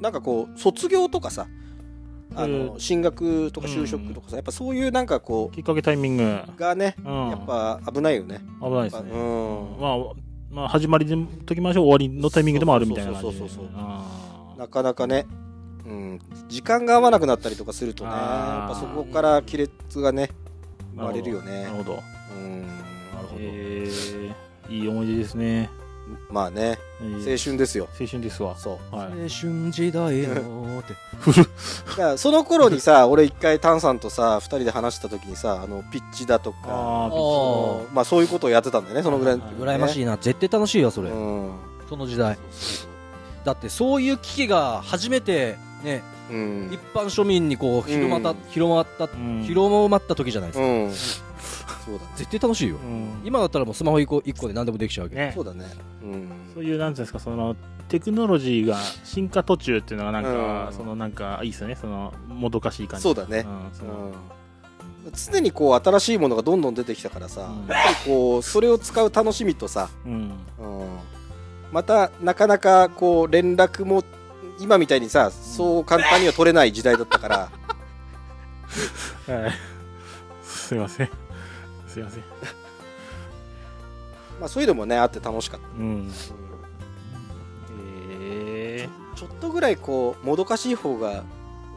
Speaker 1: なんかこう、卒業とかさ、あ
Speaker 2: う
Speaker 1: の、進学とか就職とかさ、やっぱそういうなんかこ
Speaker 2: きっかけタイミング。
Speaker 1: う、がね、
Speaker 2: うん。
Speaker 1: やっぱ危ないよね。
Speaker 2: 危ないで
Speaker 1: やっ
Speaker 2: す
Speaker 1: ぱ
Speaker 2: ね。
Speaker 1: うん。
Speaker 2: まあ、まあ、始まりでときましょう、終わりのタイミングでもあるみたいな
Speaker 1: そ
Speaker 2: 感
Speaker 1: う
Speaker 2: じ
Speaker 1: そうそうそう
Speaker 2: あー
Speaker 1: なかなかね、うん、時間が合わなくなったりとかするとね、や
Speaker 2: あ
Speaker 1: っぱ
Speaker 2: ー
Speaker 1: そこから亀裂がね、生まれるよ
Speaker 2: なる
Speaker 1: ね。
Speaker 2: ほど。
Speaker 1: うん。
Speaker 3: なるほど
Speaker 2: えーいい思い出ですね。
Speaker 1: まあね、
Speaker 2: えー
Speaker 1: 青春ですよ。
Speaker 2: 青春ですわ。
Speaker 1: そう。
Speaker 2: は
Speaker 3: 青
Speaker 2: い。
Speaker 3: 春時代のって
Speaker 1: だからその頃にさ、俺一回タンさんとさ、二人で話した時にさ、あの、ピッチだとか、
Speaker 2: ああ、
Speaker 3: あ
Speaker 1: まあそういうことをやってたんだよね、そのぐらいの時、ね。
Speaker 3: 羨ましいな絶対楽しいわそれ
Speaker 1: うん。
Speaker 3: その時代だってそういう危機が初めてね
Speaker 1: うん。
Speaker 3: 一般庶民にこう広まった、
Speaker 1: うん
Speaker 3: 広まった、
Speaker 2: うん
Speaker 3: 広まった時じゃないですか、
Speaker 1: うん。そうだね。
Speaker 3: 絶対楽しいよ、
Speaker 2: うん
Speaker 3: 今だったらもうスマホ一個一個で何でもできちゃうわけ、
Speaker 2: ね
Speaker 1: そ。うだね。うん。
Speaker 2: そういう、なんていうんですか、その、テクノロジーが進化途中っていうのが、なん
Speaker 1: う
Speaker 2: か
Speaker 1: ん、
Speaker 2: その、なんか、いいですよね。その、もどかしい感じ。
Speaker 1: そうだね。
Speaker 2: んその
Speaker 1: うん、常にこう新しいものがどんどん出てきたからさ、
Speaker 2: うん
Speaker 1: やっぱりこうそれを使う楽しみとさ、
Speaker 2: うん。
Speaker 1: うん、またなかなかこう連絡も今みたいにさそう簡単には取れない時代だったから
Speaker 2: はい。すいません。すいません。
Speaker 1: まあそういうのもねあって楽しかった、
Speaker 2: う
Speaker 1: う
Speaker 2: ん。
Speaker 1: ん
Speaker 2: ええ
Speaker 1: ちょっとぐらいこうもどかしい方が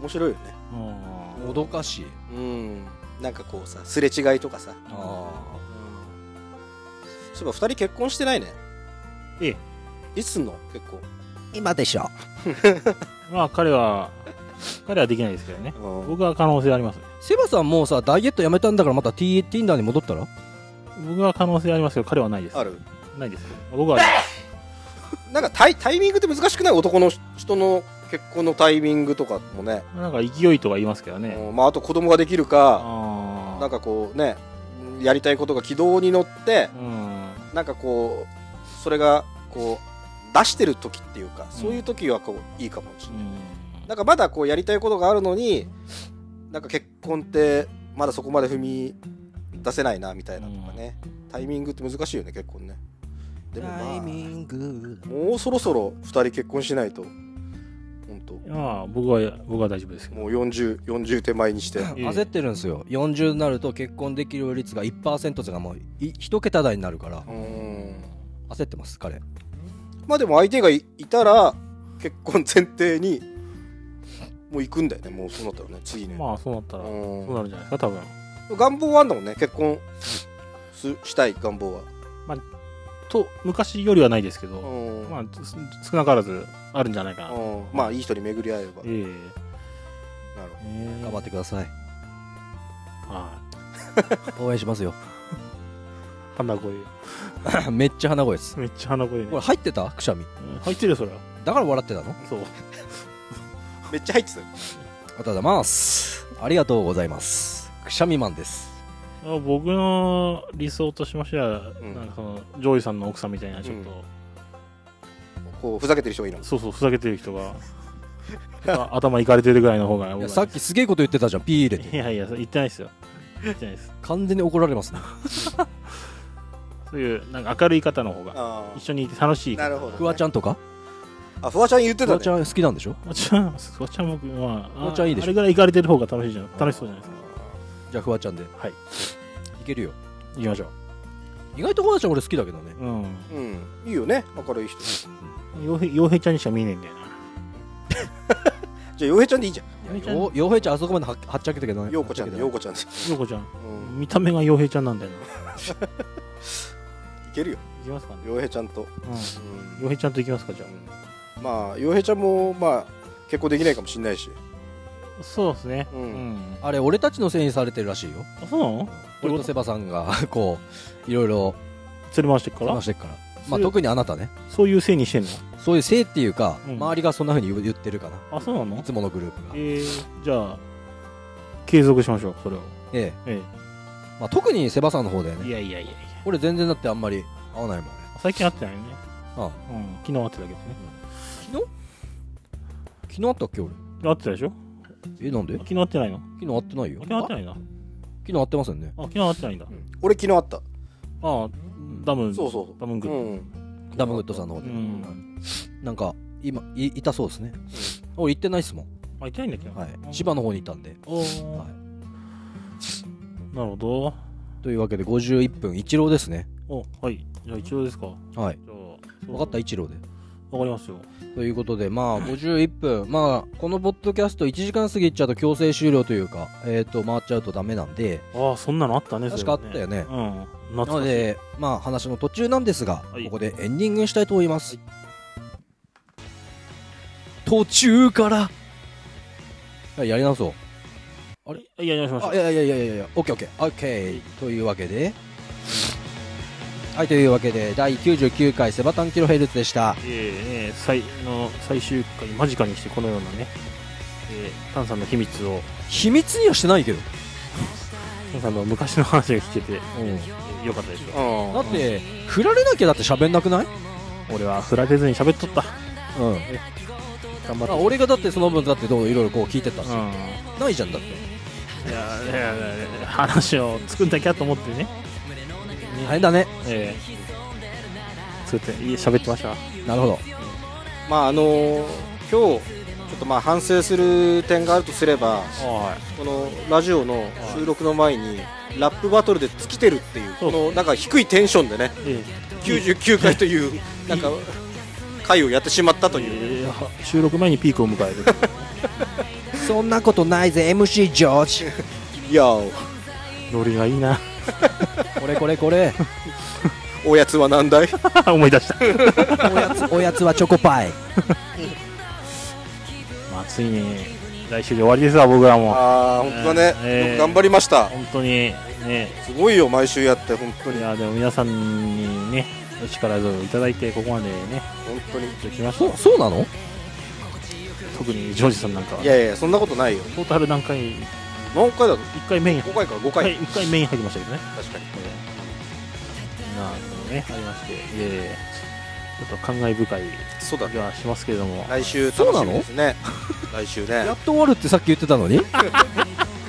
Speaker 1: 面白いよね
Speaker 2: ー。
Speaker 3: もどかしい
Speaker 1: うんなんかこうさすれ違いとかさ、
Speaker 3: あ
Speaker 1: そういえば2人結婚してないね
Speaker 2: ええ
Speaker 1: いつすんの結婚
Speaker 3: 今でしょ
Speaker 2: まあ彼は、彼はできないですけどね。
Speaker 1: うん
Speaker 2: 僕は可能性あります。
Speaker 3: セバさんもうさダイエットやめたんだからまた T Tinder に戻ったら
Speaker 2: 僕は可能性ありますけど、彼はないです。
Speaker 1: ある
Speaker 2: ないです。僕はあります
Speaker 1: なんかタイタイミングって難しくない男の人の結婚のタイミングとかもね、
Speaker 2: なんか勢いとか言いますけどね。
Speaker 1: うんまあ、あと子供ができるか
Speaker 2: ああ。
Speaker 1: なんかこうねやりたいことが軌道に乗って
Speaker 2: うん。
Speaker 1: なんかこうそれがこう出してる時っていうかそういう時はこういいかもしれ
Speaker 2: う
Speaker 1: ない、
Speaker 2: ん。
Speaker 1: なんかまだこうやりたいことがあるのになんか結婚ってまだそこまで踏み出せないなみたいなとかね、タイミングって難しいよね結婚ねでもまあ
Speaker 3: ング
Speaker 1: もうそろそろ2人結婚しないと本当
Speaker 2: まあ、僕は、僕は大丈夫ですけど。
Speaker 1: もう4040手前に して
Speaker 2: ええ
Speaker 3: 焦ってるんですよ40になると結婚できる率が1%がもうい一桁台になるから
Speaker 1: うん
Speaker 3: 焦ってます彼
Speaker 1: まあでも相手がいいたら結婚前提にもう行くんだよねもうそうなったらね次ね、
Speaker 2: まあ、そうなったら、そうなるんじゃないですか、多分。
Speaker 1: うん、願望はあんだもんね結婚すしたい願望は、
Speaker 2: と、昔よりはないですけ
Speaker 1: う
Speaker 2: ど、
Speaker 1: ん
Speaker 2: まあ、す少なからずあるんじゃないかな
Speaker 1: う。んまあいい人に巡り合えれば
Speaker 2: ええ
Speaker 1: なるほ
Speaker 2: ええ
Speaker 3: 頑張ってください
Speaker 2: は
Speaker 3: 応援しますよ
Speaker 2: い。鼻声。
Speaker 3: めっちゃ鼻声です
Speaker 2: めっちゃ鼻声ね
Speaker 3: これ。入ってたくしゃみ
Speaker 2: うん入ってるよ、それは。
Speaker 3: だから笑ってたの
Speaker 2: そう。
Speaker 1: どめっちゃ入ってたよ
Speaker 3: ありがとうございます。ありがとうございます。くしゃみマンです。
Speaker 2: ああ僕の理想としましては、
Speaker 1: うん
Speaker 2: なんかそのジョーイさんの奥さんみたいなちょっと、
Speaker 1: こうふざけてる人がいるの
Speaker 2: そうそうふざけてる人が あ頭いかれてるぐらいの方が
Speaker 3: い
Speaker 2: 僕
Speaker 3: や
Speaker 2: は
Speaker 3: さっきすげえこと言ってたじゃんピー入れて
Speaker 2: いやいや言ってないですよ言ってないです
Speaker 3: 完全に怒られますね
Speaker 2: そういうなんか明るい方の方が
Speaker 1: あ
Speaker 2: 一緒にいて楽し
Speaker 1: あ
Speaker 2: い
Speaker 1: なるほど、ね、
Speaker 3: フワちゃ
Speaker 1: ん
Speaker 3: んとか
Speaker 1: あフワちゃん言って
Speaker 3: フ
Speaker 1: たね
Speaker 3: ワちゃん好きなんでしょ
Speaker 2: フワちゃんフワちゃん僕まあ
Speaker 3: フワちゃんいいでしょ
Speaker 2: あれぐらいいかれてる方が楽しいじゃん楽しそうじゃないですか
Speaker 3: じゃあフワちゃんで
Speaker 2: はい
Speaker 3: いけるよ
Speaker 2: 行きましょう
Speaker 3: 意外とフワちゃん俺好きだけどね
Speaker 2: うん
Speaker 1: うんいいよね明るい人じ
Speaker 2: 洋平洋平ちゃんにしか見えねえんだよな
Speaker 1: ゃあ洋平ちゃんでいいじゃ
Speaker 2: 洋平ちゃん
Speaker 3: よ洋平ちゃんあそこまでははっちゃけたけど
Speaker 1: ん
Speaker 3: ね
Speaker 1: 陽子ちゃんで陽子ちゃんで、
Speaker 2: 洋子ちゃん
Speaker 1: うん、
Speaker 2: 見た目が洋平ちゃんなんだよない
Speaker 1: けるよ
Speaker 2: 行きますかね
Speaker 1: 洋平ちゃんと、
Speaker 2: う
Speaker 1: うん
Speaker 2: ん洋平ちゃんと行きますかじゃ
Speaker 1: うんまあ洋平ちゃんもまあ結婚できないかもしれないし
Speaker 2: あそうですね
Speaker 1: うん
Speaker 2: ん
Speaker 3: あれ俺たちのせいにされてるらしいよ
Speaker 2: あそうなの
Speaker 3: 俺とセバさんがこういろいろ
Speaker 2: 連れ回してっから
Speaker 3: 話してるから
Speaker 2: そう
Speaker 3: まあ
Speaker 2: いう
Speaker 3: 特にあなたね
Speaker 2: そういうせいにしてんの
Speaker 3: そういうせいっていうか、
Speaker 2: うん
Speaker 3: 周りがそんなふうに言う言ってるかな
Speaker 2: あそうなの
Speaker 3: いつものグループがえ
Speaker 2: えー、じゃあ継続しましょうそれを
Speaker 3: え、
Speaker 2: え
Speaker 3: まあ、特にセバさんの方だよ
Speaker 2: え
Speaker 3: ね
Speaker 2: いやいやいやいや
Speaker 3: 俺全然だってあんまり合わないもんね
Speaker 2: 最近会ってないよね
Speaker 3: あ
Speaker 2: うん昨日会ってたけどね
Speaker 3: 昨日あったっけ俺
Speaker 2: 昨日会ってたでしょ
Speaker 3: えなんで
Speaker 2: 昨日会ってないの
Speaker 3: 昨日会ってないよ
Speaker 2: 昨日会って
Speaker 3: あ
Speaker 2: ないなあ
Speaker 3: 昨日会ってますよね
Speaker 2: 昨日会ってないんだ
Speaker 1: 俺昨日会った
Speaker 2: ああダム
Speaker 1: そうそうそう
Speaker 2: ダムング
Speaker 1: う
Speaker 2: ッ
Speaker 1: ん
Speaker 3: ダムグッドさんの方
Speaker 2: ドう
Speaker 3: で、
Speaker 2: ん
Speaker 3: なんか今いいたそうですね、俺行ってないっすもん、
Speaker 2: あいたいんだっけど
Speaker 3: はい、千葉の方にいたんで、
Speaker 2: おー
Speaker 3: は
Speaker 2: なるほど
Speaker 3: い、というわけで51分一郎ですね
Speaker 2: おはいじゃあ一応ですか
Speaker 3: はい
Speaker 2: じゃあ
Speaker 3: 分かった一郎で
Speaker 2: わかりますよ
Speaker 3: ということでまあ51分まあこのポッドキャスト1時間過ぎちゃうと強制終了というかえっ、と回っちゃうとダメなんで
Speaker 2: ああそんなのあったね
Speaker 3: 確
Speaker 2: そ
Speaker 3: か
Speaker 2: れ
Speaker 3: あ
Speaker 2: は
Speaker 3: ったよね
Speaker 2: うん
Speaker 3: なの
Speaker 2: 懐かしい
Speaker 3: でまあ話の途中なんですが、
Speaker 2: はい
Speaker 3: ここでエンディングにしたいと思います、途中からはいやり直そう
Speaker 2: あれいやいやしましょ
Speaker 3: あ
Speaker 2: う
Speaker 3: いやいやいやいやいやオッケーオッケーオッケーというわけではいというわけで第99回セバタンキロヘルツでした
Speaker 2: えーえー最の最終回間近にしてこのようなね、えー、タンさんの秘密を
Speaker 3: 秘密にはしてないけど
Speaker 2: タンさんの昔の話が聞けて、
Speaker 3: うん
Speaker 2: えーよかったでしょ
Speaker 3: だ
Speaker 1: あ
Speaker 3: って振られなきゃだって喋んなくない
Speaker 2: 俺は振られずに喋っとった
Speaker 3: うん
Speaker 2: 頑張っ
Speaker 3: まあ
Speaker 2: て
Speaker 3: 俺がだってその分だってどういろいろこう聞いてたんです
Speaker 2: う
Speaker 3: よ
Speaker 2: ん
Speaker 3: ないじゃんだって
Speaker 2: いやいやいやいや話を作んなきゃと思ってね、
Speaker 3: 大変だね
Speaker 2: えー、作っていい喋ってました
Speaker 3: なるほど
Speaker 1: まああのー今日ちょっとまあ反省する点があるとすれば
Speaker 2: はい
Speaker 1: このラジオの収録の前にラップバトルで尽きてるっていう
Speaker 2: そう
Speaker 1: このなんか低いテンションでね
Speaker 2: え
Speaker 1: 99回というなんか回をやってしまったという
Speaker 2: えー収録前にピークを迎 える
Speaker 3: そんなことないぜ MC ジョージ
Speaker 1: いやー
Speaker 2: ノリがいいな
Speaker 3: これこれこれ
Speaker 1: おやつは何だい
Speaker 2: 思い出した
Speaker 3: おやつおやつはチョコパイ
Speaker 2: まあついに来週で終わりですわ僕らも
Speaker 1: ああ本当だね、
Speaker 2: えー
Speaker 1: よく頑張りました
Speaker 2: 本当にね
Speaker 1: すごいよ毎週やって本当に
Speaker 2: い
Speaker 1: 本
Speaker 2: やでも皆さんにねお力添えをいただいてここまでね
Speaker 1: 当に
Speaker 2: 来ました
Speaker 3: そうそうなの
Speaker 2: 特にジョージさんなんかはい
Speaker 1: やいやそんなことないよ
Speaker 2: トータル何回1
Speaker 1: 何回だろう
Speaker 2: 回メイン
Speaker 1: 5回から5
Speaker 2: 1
Speaker 1: 回、
Speaker 2: 回一回メイン入りましたけどね
Speaker 1: 確かに
Speaker 2: なあそうねありましてえーちょっと感慨深い
Speaker 1: そうだ
Speaker 2: 気
Speaker 1: ね
Speaker 2: はしますけれども
Speaker 1: 来週
Speaker 3: そう
Speaker 1: 楽
Speaker 3: な
Speaker 1: し
Speaker 3: の
Speaker 1: みですね来週
Speaker 3: や
Speaker 1: ね
Speaker 3: っと終わるってさっき言ってたのに
Speaker 1: い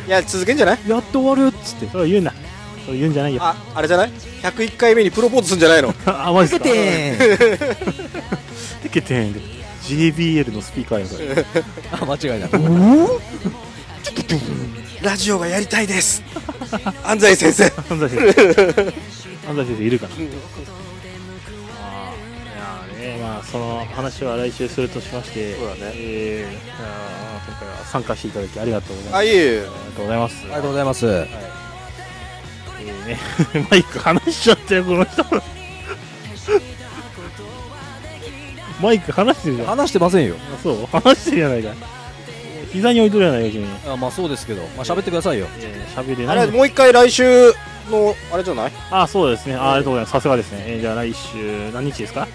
Speaker 1: や続けんじゃない
Speaker 3: やっと終わるっつって
Speaker 2: それ言うなそれ言うんじゃないよ
Speaker 1: ああれじゃない101回目にプロポーズするんじゃないの
Speaker 2: あマジですか
Speaker 3: てん
Speaker 2: テケテン JBL のスピーカーやそれ
Speaker 3: あ間違いない
Speaker 1: ラジオがやりたいです安西先生
Speaker 2: 安西先生安西先生いるかなあーいやーねまあその話は来週するとしまして
Speaker 1: そうだね
Speaker 2: えーあー今回は参加していただきありがとうございます
Speaker 1: あいえいえ
Speaker 2: ありがとうございます
Speaker 3: ありがとうございます
Speaker 2: えーね マイク離しちゃったよこの人マイク離してるじゃんあ
Speaker 3: 話してませんよ
Speaker 2: そう離してるじゃないか膝に置いとるじゃないか君
Speaker 3: あまあそうですけどまあ喋ってくださいよ
Speaker 2: えー喋れ
Speaker 1: あ
Speaker 2: ない
Speaker 1: れもう一回来週のあれじゃない
Speaker 2: あそうですねあありがとうございますさすがですね、えーじゃあ来週何日ですか、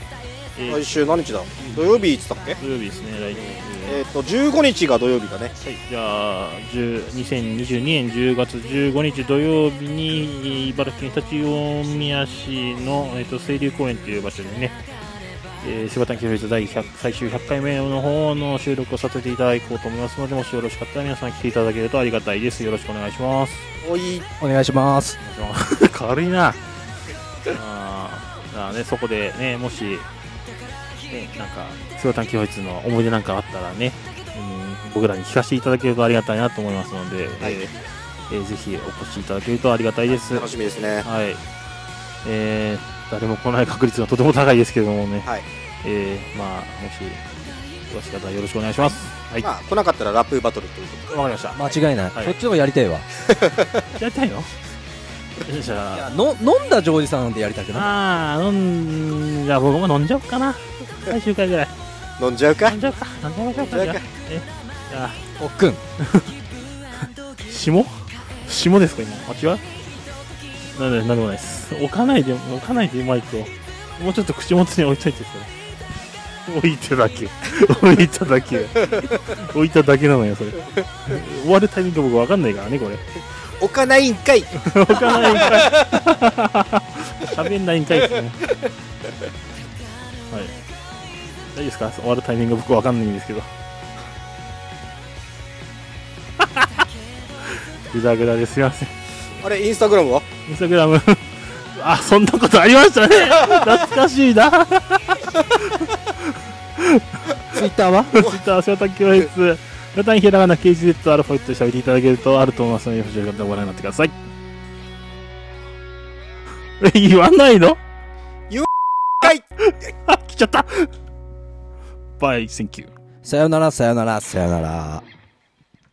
Speaker 2: えー
Speaker 1: 来週何日だ土曜日いつだっけ
Speaker 2: 土曜日ですね来週、え
Speaker 1: えっ、と15日が土曜日だね
Speaker 2: はい、じゃあ、10 2022年10月15日土曜日に、えー茨城県常陸宮市の、えー、と清流公園という場所でね、えー、柴谷清水第100最終100回目の方の収録をさせていただこうと思いますので、もしよろしかったら皆さん来ていただけるとありがたいです。よろしくお願いします。
Speaker 1: おい
Speaker 3: お願いします。
Speaker 2: 軽いな。あーまあね、そこでね、もし、ね、なんか、スワタン教室の思い出なんかあったらね、うん、僕らに聞かせていただけるとありがたいなと思いますので、
Speaker 1: はい
Speaker 2: えーえーぜひお越しいただけるとありがたいです。は
Speaker 1: 楽しみですね
Speaker 2: い。えー誰も来ない確率がとても高いですけれどもね、
Speaker 1: はい、
Speaker 2: えーまあ、もし、お越し方よろしくお願いします。はい。わ
Speaker 1: まあ来なかったらラップバトルということで
Speaker 2: かりました。
Speaker 3: 間違いない。
Speaker 2: はい
Speaker 3: そっちの方がやりたいわ。
Speaker 2: やりたいのじゃあ
Speaker 3: いや、の飲んだジョージさんでやりたくない。
Speaker 2: ああ、飲んじゃあ僕も飲んじゃおうかな。最終回ぐ らい。
Speaker 1: 飲んじゃうか
Speaker 2: 飲んじゃおうか。飲んじゃいましょうか。じゃあ、えじゃあ
Speaker 3: おっくん。
Speaker 2: 霜霜ですか、今。あ、違うなんで、なんでもないです。置かないで、置かないでうまいと。もうちょっと口元に置いといて、それ。置いただけ。置いただけ。 置いただけなのよ、それ。終わるタイミング僕わかんないからね、これ。
Speaker 1: 置かないんかい
Speaker 2: 置かないんかい喋んないんかいですねはい大丈夫ですか終わるタイミング僕わかんないん ですけどグダグダですいません
Speaker 1: あれインスタグラムは
Speaker 2: インスタグラム あそんなことありましたね懐かしいなツ
Speaker 3: ツイッターは
Speaker 2: イッター瀬尾卓球室無駄にひらがな KGZ アルファベットで喋っていただけるとあると思いますのでよろしよかったらご覧になってくださいえ言わないの
Speaker 1: かい
Speaker 2: あ、来ちゃったバイ、センキュー。
Speaker 3: さよなら、さよなら、さよなら。